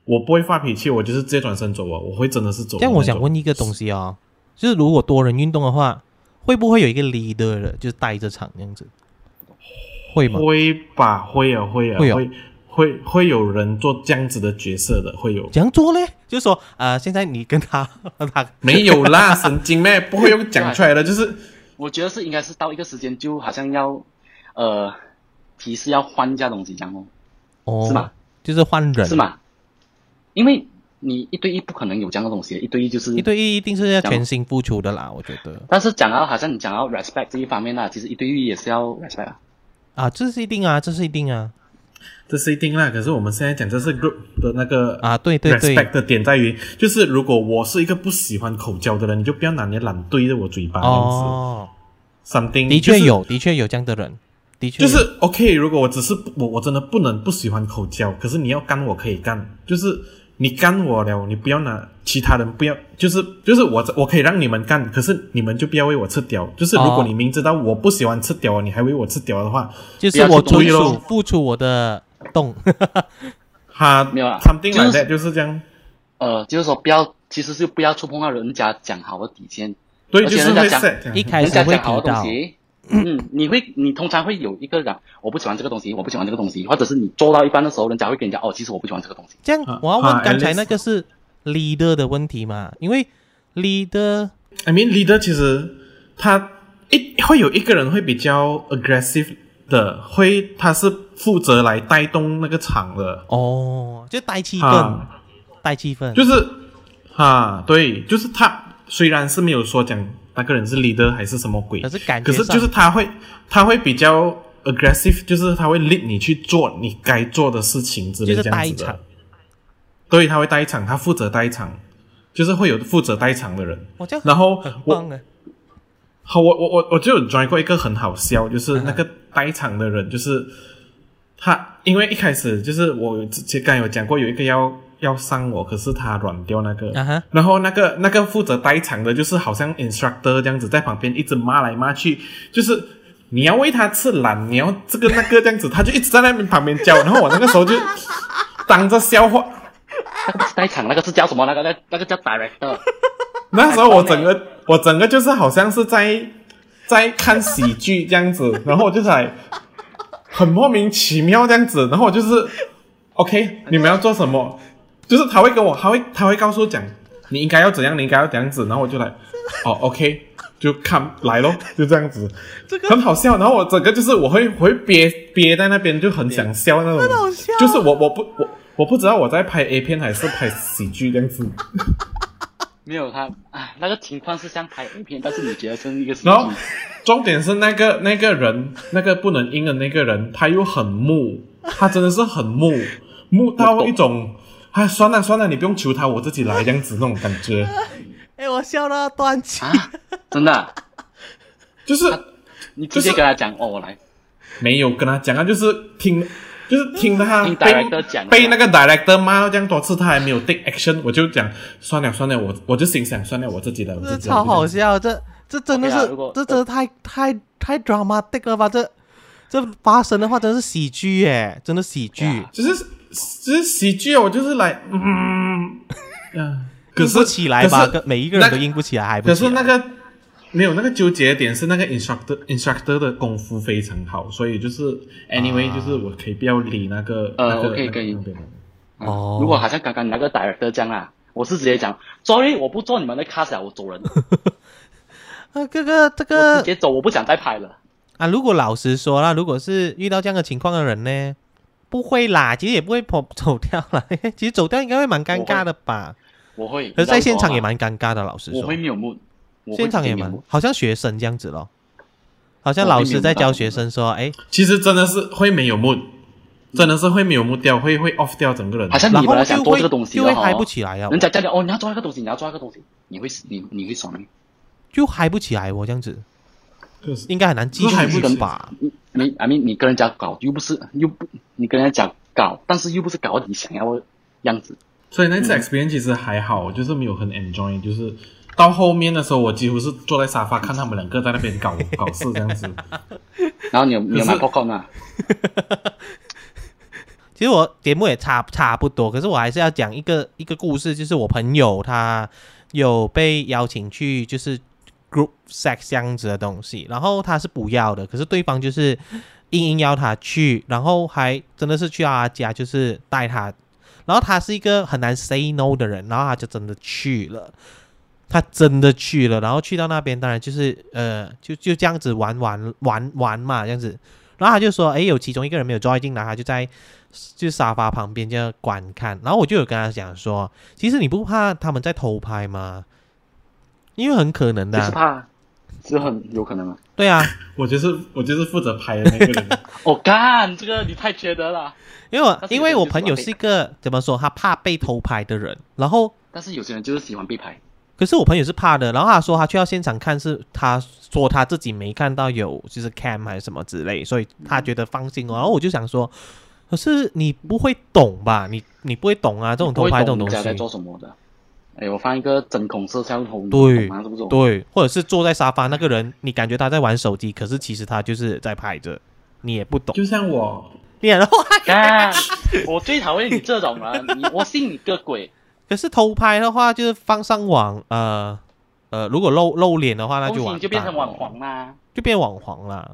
Speaker 4: 我不会发脾气，我就是直接转身走啊，我会真的是走。
Speaker 3: 这样我想，问一个东西哦，就是如果多人运动的话，会不会有一个 leader 的，就是带着场这样子？会吗？
Speaker 4: 会吧，会啊，会啊，
Speaker 3: 会哦
Speaker 4: 会会会有人做这样子的角色的，会有
Speaker 3: 怎样做嘞？就说呃，现在你跟他 <laughs> 他
Speaker 4: 没有啦？神经妹不会用讲出来的，就是
Speaker 5: 我觉得是应该是到一个时间，就好像要，呃，提示要换一下东西这样哦，
Speaker 3: 哦，
Speaker 5: 是吗？
Speaker 3: 就是换人
Speaker 5: 是？吗？因为你一对一不可能有这样的东西，一对一就是
Speaker 3: 一对一一定是要
Speaker 5: 讲
Speaker 3: 全心付出的啦，我觉得
Speaker 5: 但是讲到好像你讲到 respect 这一方面呢、啊其实一对一也是要 respect 啊。
Speaker 3: 啊，这是一定啊，这是一定啊
Speaker 4: 这是一定啦。可是我们现在讲这是 group 的那个
Speaker 3: 啊，对对对
Speaker 4: respect 的点在于，就是如果我是一个不喜欢口交的人，你就不要拿你的懒对着我嘴巴这样子。
Speaker 3: 哦，
Speaker 4: something
Speaker 3: 的
Speaker 4: 就
Speaker 3: 确
Speaker 4: 是
Speaker 3: 有，的确有这样的人，的确
Speaker 4: 就
Speaker 3: 有
Speaker 4: 是 OK，如果我只是我我真的不能不喜欢口交，可是你要干我可以干，就是你干我了，你不要拿其他人不要，就是就是我我可以让你们干，可是你们就不要为我吃屌。就是如
Speaker 3: 哦
Speaker 4: 果你明知道我不喜欢吃屌，你还为我吃屌的话，
Speaker 3: 就是
Speaker 5: 不要去
Speaker 3: 我
Speaker 5: 动
Speaker 3: 纯
Speaker 4: 力咯
Speaker 3: 属付出我的动，
Speaker 4: 他
Speaker 5: 没有啦
Speaker 4: something like
Speaker 5: 就是
Speaker 4: that 就是这样，
Speaker 5: 呃，就是说不要，其实是不要触碰到人家讲好的底线，
Speaker 4: 对，
Speaker 5: 而
Speaker 4: 就
Speaker 5: 且
Speaker 4: 是
Speaker 5: 人家
Speaker 4: 会
Speaker 5: 讲
Speaker 4: set 这
Speaker 3: <laughs>
Speaker 4: 样
Speaker 3: 一开
Speaker 5: 人
Speaker 3: 始
Speaker 5: 家
Speaker 3: 会
Speaker 5: 讲好
Speaker 3: 提
Speaker 5: 的东
Speaker 3: 到，
Speaker 5: 西。嗯，你会，你通常会有一个人，我不喜欢这个东西，我不喜欢这个东西，或者是你做到一半的时候，人家会跟你讲，哦，其实我不喜欢这个东西。
Speaker 3: 这样
Speaker 4: 啊
Speaker 3: 我要问
Speaker 4: 啊
Speaker 3: 刚才
Speaker 4: ，Alice
Speaker 3: 那个是 leader 的问题嘛？因为 leader
Speaker 4: I mean leader 其实他一会有一个人会比较 aggressive 的，会他是负责来带动那个场的，
Speaker 3: 哦，就带气氛
Speaker 4: 啊，
Speaker 3: 带气氛，
Speaker 4: 就是啊，对，就是他虽然是没有说讲那个人是 leader 还是什么鬼
Speaker 3: 可，是感觉
Speaker 4: 可是
Speaker 3: 上
Speaker 4: 就是他会他会比较 aggressive，就是他会 lead 你去做你该做的事情之类
Speaker 3: 就是
Speaker 4: 这样
Speaker 3: 带
Speaker 4: 子
Speaker 3: 场
Speaker 4: 的，对，他会带场，他负责带场，就是会有负责带场的人。
Speaker 3: 我这样
Speaker 4: 然后
Speaker 3: 很
Speaker 4: 我
Speaker 3: 棒哎，
Speaker 4: 好，我我我我就有 join 过一个很好笑，就是那
Speaker 3: 嗯
Speaker 4: 个呆场的人，就是他，因为一开始就是我之前刚有讲过，有一个要要上我，可是他软掉那个，
Speaker 3: 啊哈
Speaker 4: 然后那个那个负责呆场的，就是好像 instructor 这样子在旁边一直骂来骂去，就是。你要喂他吃懒，你要这个那个这样子，他就一直在那边旁边教，然后我那个时候就当着笑话，
Speaker 5: 那个不是代场，那个是叫什么？那个那那个叫 director。
Speaker 4: <laughs> 那时候我整个我整个就是好像是在在看喜剧这
Speaker 3: <laughs>
Speaker 4: 样子，然后我就在很莫名其妙这样子，然后我就是
Speaker 3: <laughs>
Speaker 4: OK，你们要做什么？就是他会跟我，他会他会告诉我讲你应该要怎样，你应该要怎样子，然后我就
Speaker 3: <laughs>
Speaker 4: 来哦 OK，就看来咯，就这样子，
Speaker 3: 这个
Speaker 4: 很好笑。然后我整个就是我会我会憋憋在那边，就很想笑那种，很
Speaker 3: 好笑
Speaker 4: 就是我我不我我不知道我在拍 A 片还是拍喜剧这样子。
Speaker 5: 没有他，哎，那个情况是像拍 A 片，但是你觉得是一个喜
Speaker 4: 然后
Speaker 5: 剧？
Speaker 4: 重点是那个那个人，那个不能赢的那个人，他又很木，他真的是很木，木到一种，哎，算了算了，你不用求他，我自己来这样子那种感觉，
Speaker 3: 哎，我笑到断气，
Speaker 5: 啊，真的啊，
Speaker 4: 就是
Speaker 5: 你直接跟他讲、哦，我来，
Speaker 4: 没有跟他讲啊，就是听。就是听他
Speaker 5: 听
Speaker 4: 被
Speaker 5: director 讲的
Speaker 4: 被那个 director 骂到这样多次，他还没有 take action，我就讲算了算了，我我就心想算了，我自己来，我自
Speaker 3: 这
Speaker 4: 己来。
Speaker 3: 超好笑，这这真的
Speaker 5: OK 啦
Speaker 3: 是
Speaker 5: 如果，呃
Speaker 3: 这真的太太太 dramatic 了吧？这这发生的话真的是喜剧哎，真的喜剧
Speaker 5: 呀，
Speaker 4: 就是就是喜剧啊，我就是来嗯，呀可
Speaker 3: 硬
Speaker 4: 是
Speaker 3: 不起来吧？
Speaker 4: 可是
Speaker 3: 跟每一个人都
Speaker 4: 那
Speaker 3: 硬不起来，还不
Speaker 5: 啊
Speaker 4: 可
Speaker 3: 起
Speaker 4: 是那
Speaker 3: 来
Speaker 4: 个没有那个纠结点是那个 instructor instructor 的功夫非常好，所以就是 anyway、
Speaker 3: 啊
Speaker 4: 就是我可以不要理那个
Speaker 5: 呃
Speaker 4: 那个
Speaker 5: 我可
Speaker 4: 那
Speaker 5: 以
Speaker 4: 个
Speaker 5: 跟你
Speaker 4: 那边的
Speaker 5: 啊
Speaker 3: 哦
Speaker 5: 如果好像刚刚你那个 director 这样啊，我是直接讲，sorry，我不做你们的 cast 了，我
Speaker 3: <laughs>
Speaker 5: 走人，
Speaker 3: 啊，这个这
Speaker 5: 我直
Speaker 3: 个
Speaker 5: 接走，我不想再拍了。
Speaker 3: 啊，如果老实说啦，如果是遇到这样的情况的人呢，不会啦，其实也不会跑走掉啦， <laughs> 其实走掉应该会蛮尴尬的吧？
Speaker 5: 我会，
Speaker 3: 可是在现场也
Speaker 5: 蛮，
Speaker 3: 蛮尴尬的，老实
Speaker 5: 我
Speaker 3: 说
Speaker 5: 会，没有目，我会
Speaker 3: 现场也
Speaker 5: 直接没有
Speaker 3: 蛮
Speaker 5: mood
Speaker 3: 好像学生这样子咯，好像老师在教学生说，哎，
Speaker 4: 其实真的是会没有 mood，真的是会没有 mood 掉，会会 off 掉整个人。
Speaker 5: 好像
Speaker 3: 然
Speaker 5: 你本
Speaker 3: 后
Speaker 5: 来想
Speaker 3: 就
Speaker 5: 做这
Speaker 3: 会
Speaker 5: 个东西
Speaker 3: 就
Speaker 5: 的
Speaker 3: 会
Speaker 5: 哈
Speaker 3: 嗨不起来啊，
Speaker 5: 人家叫你哦，你要做那个东西，你要做那个东西，你会你你会爽的，
Speaker 3: 就嗨不起来哦，这样子
Speaker 4: 就是
Speaker 3: 应该很难继
Speaker 4: 嗨不
Speaker 3: 续
Speaker 4: 起来
Speaker 3: 吧？
Speaker 5: 你你 I mean 你跟人家搞又不是又不你跟人家讲搞，但是又不是搞你想要的样子。
Speaker 4: 所以那次
Speaker 5: 嗯
Speaker 4: experience 其实还好，就是没有很 enjoy，就是到后面的时候，我几乎是坐在沙发看他们两个在那边搞搞事这样子。
Speaker 5: 然后你有你有买
Speaker 4: 可是
Speaker 5: popcorn 啊？
Speaker 3: 其实我节目也差差不多，可是我还是要讲一个一个故事，就是我朋友他有被邀请去就是 group sex 这样子的东西，然后他是不要的，可是对方就是硬硬要他去，然后还真的是去到他家，就是带他。然后他是一个很难 say no 的人，然后他就真的去了，他真的去了，然后去到那边，当然就是呃，就就这样子玩玩玩玩嘛，这样子。然后他就说，诶，有其中一个人没有 join 进来，他就在就沙发旁边这样观看。然后我就有跟他讲说，其实你不怕他们在偷拍吗？因为很可能的
Speaker 5: 不
Speaker 3: 啊、
Speaker 5: 是怕，是很有可能啊。
Speaker 3: 对
Speaker 5: <laughs>
Speaker 3: 啊，
Speaker 4: 我就是我就是负责拍的那个人，
Speaker 5: 我、哦干，这个你太缺德了。
Speaker 3: 因为我
Speaker 5: 但是
Speaker 3: 因
Speaker 5: 有
Speaker 3: 为
Speaker 5: 些
Speaker 3: 我
Speaker 5: 人就
Speaker 3: 朋
Speaker 5: 是
Speaker 3: 友
Speaker 5: 怕
Speaker 3: 是一个怎么说，他怕被偷拍的人，然后
Speaker 5: 但是有些人就是喜欢被拍，
Speaker 3: 可是我朋友是怕的，然后他说他去到现场看是他说他自己没看到有就是 cam 还是什么之类，所以他觉得放
Speaker 5: 嗯
Speaker 3: 心哦。然后我就想说，可是你不会懂吧？你你不会懂啊，这种偷拍这种
Speaker 5: 不
Speaker 3: 东
Speaker 5: 会懂人家在做
Speaker 3: 西，
Speaker 5: 什么的。哎，我放一个针孔摄像头，你
Speaker 3: 对
Speaker 5: 懂吗？是啊不是？
Speaker 3: 对，或者是坐在沙发那个人，你感觉他在玩手机，可是其实他就是在拍着，你也不懂。
Speaker 4: 就像我，
Speaker 3: <laughs> 你然后
Speaker 5: 干，我最讨厌你这种人，你我信你个鬼！
Speaker 3: 可是偷拍的话，就是放上网，呃呃，如果露露脸的话，那
Speaker 5: 恭
Speaker 3: 就
Speaker 5: 喜
Speaker 3: 完
Speaker 5: 你就变成
Speaker 3: 蛋了
Speaker 5: 网红啦，
Speaker 3: 就变网红了。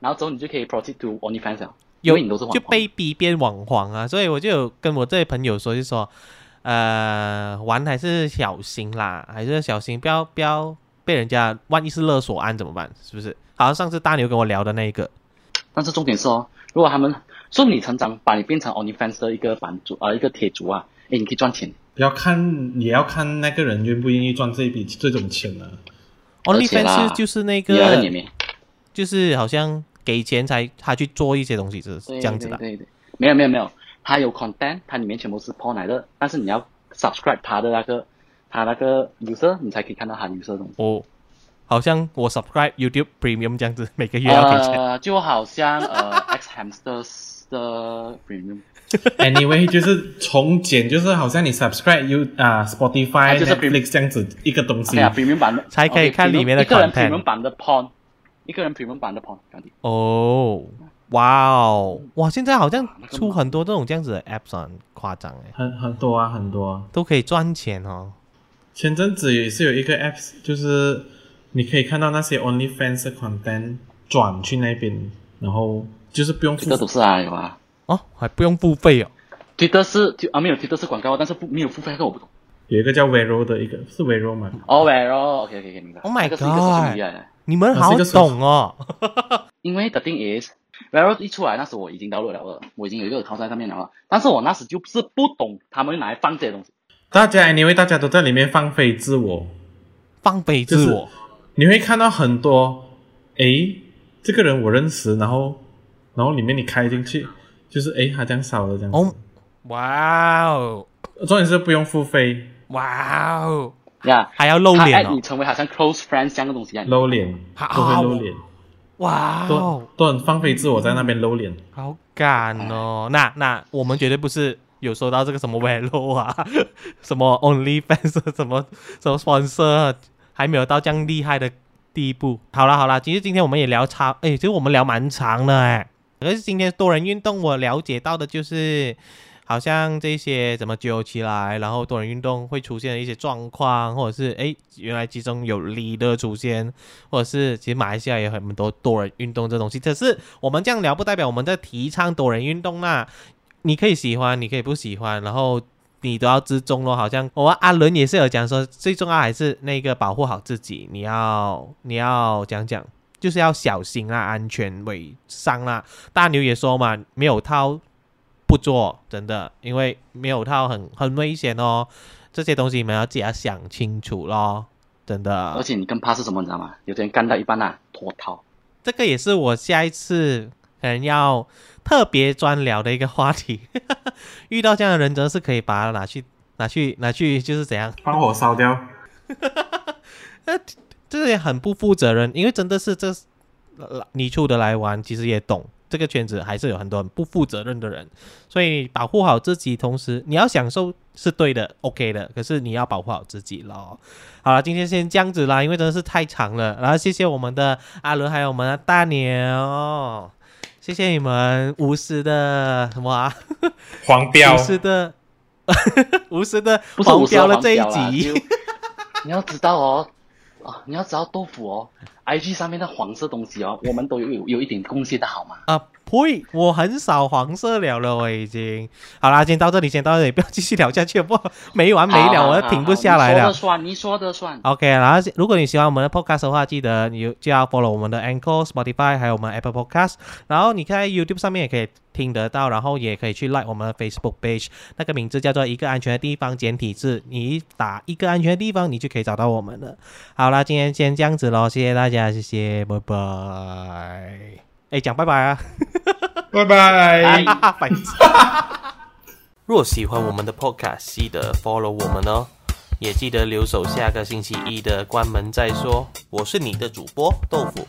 Speaker 5: 然后之后你就可以 proceed to OnlyFans 了，因
Speaker 3: 有
Speaker 5: 为你都是网
Speaker 3: 就
Speaker 5: 红。
Speaker 3: 被逼变网黄啊，所以我就有跟我这些朋友说，就说，呃，玩还是小心啦，还是小心，不要不要被人家，万一是勒索案怎么办？是不是？好像上次大牛跟我聊的那一个，
Speaker 5: 但是重点是哦，如果他们顺理成章把你变成 OnlyFans 的一个版主啊、一个铁主啊，哎，你可以赚钱。
Speaker 4: 要看也要看那个人愿不愿意赚这一笔这种钱啊呢、
Speaker 5: 而
Speaker 3: Only
Speaker 5: 且啦
Speaker 3: Fans 就是那
Speaker 5: 你要你
Speaker 3: 个，
Speaker 5: 面
Speaker 3: 就是好像给钱才他去做一些东西，是
Speaker 5: 对
Speaker 3: 这样子的。
Speaker 5: 对对对，没有没有没有，它有 content，它里面全部是 porn 来的，但是你要 subscribe 它的那个它那个 user，你才可以看到它 user 的东西。
Speaker 3: 哦，好像我 subscribe YouTube Premium 这样子， <laughs> 每个月要给钱。
Speaker 5: 呃，就好像呃 X Hamsters 的 premium，
Speaker 4: <laughs> Anyway，就是从简，就是好像你 subscribe you 啊 Spotify、
Speaker 5: 啊就是
Speaker 4: Netflix 这样子一个东
Speaker 5: <laughs>
Speaker 4: 西
Speaker 5: 对。啊，premium 版的
Speaker 3: <laughs> 才可以看里面的
Speaker 5: OK，premium- 一个人
Speaker 3: content
Speaker 5: premium 版的 porn，一个人 premium 版的 porn，兄弟
Speaker 3: 哦，哇哦，哇！现在好像
Speaker 5: 那个
Speaker 3: 出很多这种这样子的 apps 啊，很夸张哎，
Speaker 4: 很很多啊，很多、啊。
Speaker 3: 都可以赚钱哦。
Speaker 4: 前阵子也是有一个 app，s 就是你可以看到那些 OnlyFans 的 content 转去那边，然后就是不用
Speaker 5: 推特
Speaker 4: 付
Speaker 5: 都是啊，有啊。
Speaker 3: 哦，还不用付费哦。
Speaker 5: 推特是推啊，没有推特是广告，但是不没有付费，那个我不懂。
Speaker 4: 有一个叫 Vero 的一个是 Vero 吗？
Speaker 5: 哦喂哦，OK OK OK，明白。
Speaker 3: Oh my
Speaker 5: 那个是一个 social
Speaker 3: god
Speaker 5: media 来的
Speaker 3: 你们好
Speaker 4: 啊这个是
Speaker 3: 懂哦。
Speaker 5: 因为 the thing is。Vero 一出来，那时我已经到录了了，我已经有一个 account 在上面了，但是我那时就是不懂他们拿来放这些东西。
Speaker 4: 大家 anyway 大家都在里面放飞自我，
Speaker 3: 放飞
Speaker 4: 就
Speaker 3: 自
Speaker 4: 是
Speaker 3: 我，
Speaker 4: 你会看到很多，诶，这个人我认识，然后然后里面你开进去，就是诶，他这样少了这样子。
Speaker 3: 哦，哇哦，
Speaker 4: 重点是不用付费，
Speaker 3: 哇哦，
Speaker 5: 呀、
Speaker 3: 还要露
Speaker 5: 他
Speaker 3: 脸
Speaker 5: add
Speaker 3: 哦
Speaker 5: 啊哎你，成为好像 close friend 像个东西一样。啊
Speaker 3: 嗯
Speaker 4: 露脸，
Speaker 3: 好
Speaker 4: 都会露脸，
Speaker 3: 哇
Speaker 4: 都
Speaker 3: 哦，
Speaker 4: 都很放飞自我在那边露脸。
Speaker 3: 好感哦。那那我们绝对不是有收到这个什么 Velo 啊， <laughs> 什么 OnlyFans，什 <laughs> 么什么 sponsor，还没有到这样厉害的地步。好啦好啦，其实今天我们也聊差，哎，其实我们聊蛮长的哎。可是今天多人运动，我了解到的就是，好像这些怎么揪起来，然后多人运动会出现的一些状况，或者是哎，原来其中有 leader 出现，或者是其实马来西亚也有很多多人运动这东西。可是我们这样聊，不代表我们在提倡多人运动啦。你可以喜欢，你可以不喜欢，然后你都要自重咯。好像我、阿伦也是有讲说，最重要还是那个保护好自己，你要你要讲讲，就是要小心啦，安全为上啦。大牛也说嘛，没有套不做，真的，因为没有套很很危险哦。这些东西你们要自己要想清楚咯，真的
Speaker 5: 而。且你更怕是什么，你知道吗？有的人干到一半啊，脱逃。
Speaker 3: 这个也是我下一次可能要特别专聊的一个话题。 <laughs> 遇到这样的人，真的是可以把它拿去拿去拿去，就是怎样，
Speaker 4: 放火烧掉，
Speaker 3: 这也很不负责任，因为真的是这呃你处的来玩，其实也懂这个圈子还是有很多很不负责任的人，所以保护好自己，同时你要享受是对的，OK 的，可是你要保护好自己咯。好了，今天先这样子啦，因为真的是太长了，然后谢谢我们的阿伦还有我们的大牛。谢谢你们无私的什么啊？
Speaker 4: 黄标
Speaker 3: 无，私的， <laughs> 无私的
Speaker 5: 不是
Speaker 3: 黄
Speaker 5: 我说
Speaker 3: 标了
Speaker 5: 黄
Speaker 3: 这一
Speaker 5: <laughs> 标啦
Speaker 3: 集。
Speaker 5: 就你要知道哦，啊，你要知道豆腐哦，IG 上面的黄色东西哦，我们都有有有一点贡献的好吗？
Speaker 3: 啊，呸！我很少黄色了了，我已经好啦，先到这里，先到这里，不要继续聊下去，不没完没了，
Speaker 5: 好
Speaker 3: 我
Speaker 5: 好
Speaker 3: 都
Speaker 5: 好
Speaker 3: 停不
Speaker 5: 好
Speaker 3: 下来
Speaker 5: 你说
Speaker 3: 了
Speaker 5: 的。算，你说的算。
Speaker 3: OK，然后如果你喜欢我们的 Podcast 的话，记得你就要 follow 我们的 Anchor、Spotify，还有我们 Apple Podcast。然后你在 YouTube 上面也可以听得到，然后也可以去 like 我们的 Facebook page，那个名字叫做“一个安全的地方”简体字，你打“一个安全的地方”，你就可以找到我们了。好啦，今天先这样子咯，谢谢大家，谢谢，拜拜。哎，讲拜拜啊！
Speaker 4: 拜拜。
Speaker 3: 哈哈，白痴。啊若喜欢我们的 Podcast，记得 follow 我们哦，也记得留守下个星期一的关门再说。我是你的主播豆腐。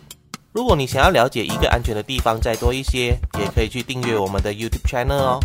Speaker 3: 如果你想要了解一个安全的地方再多一些，也可以去订阅我们的 YouTube channel 哦。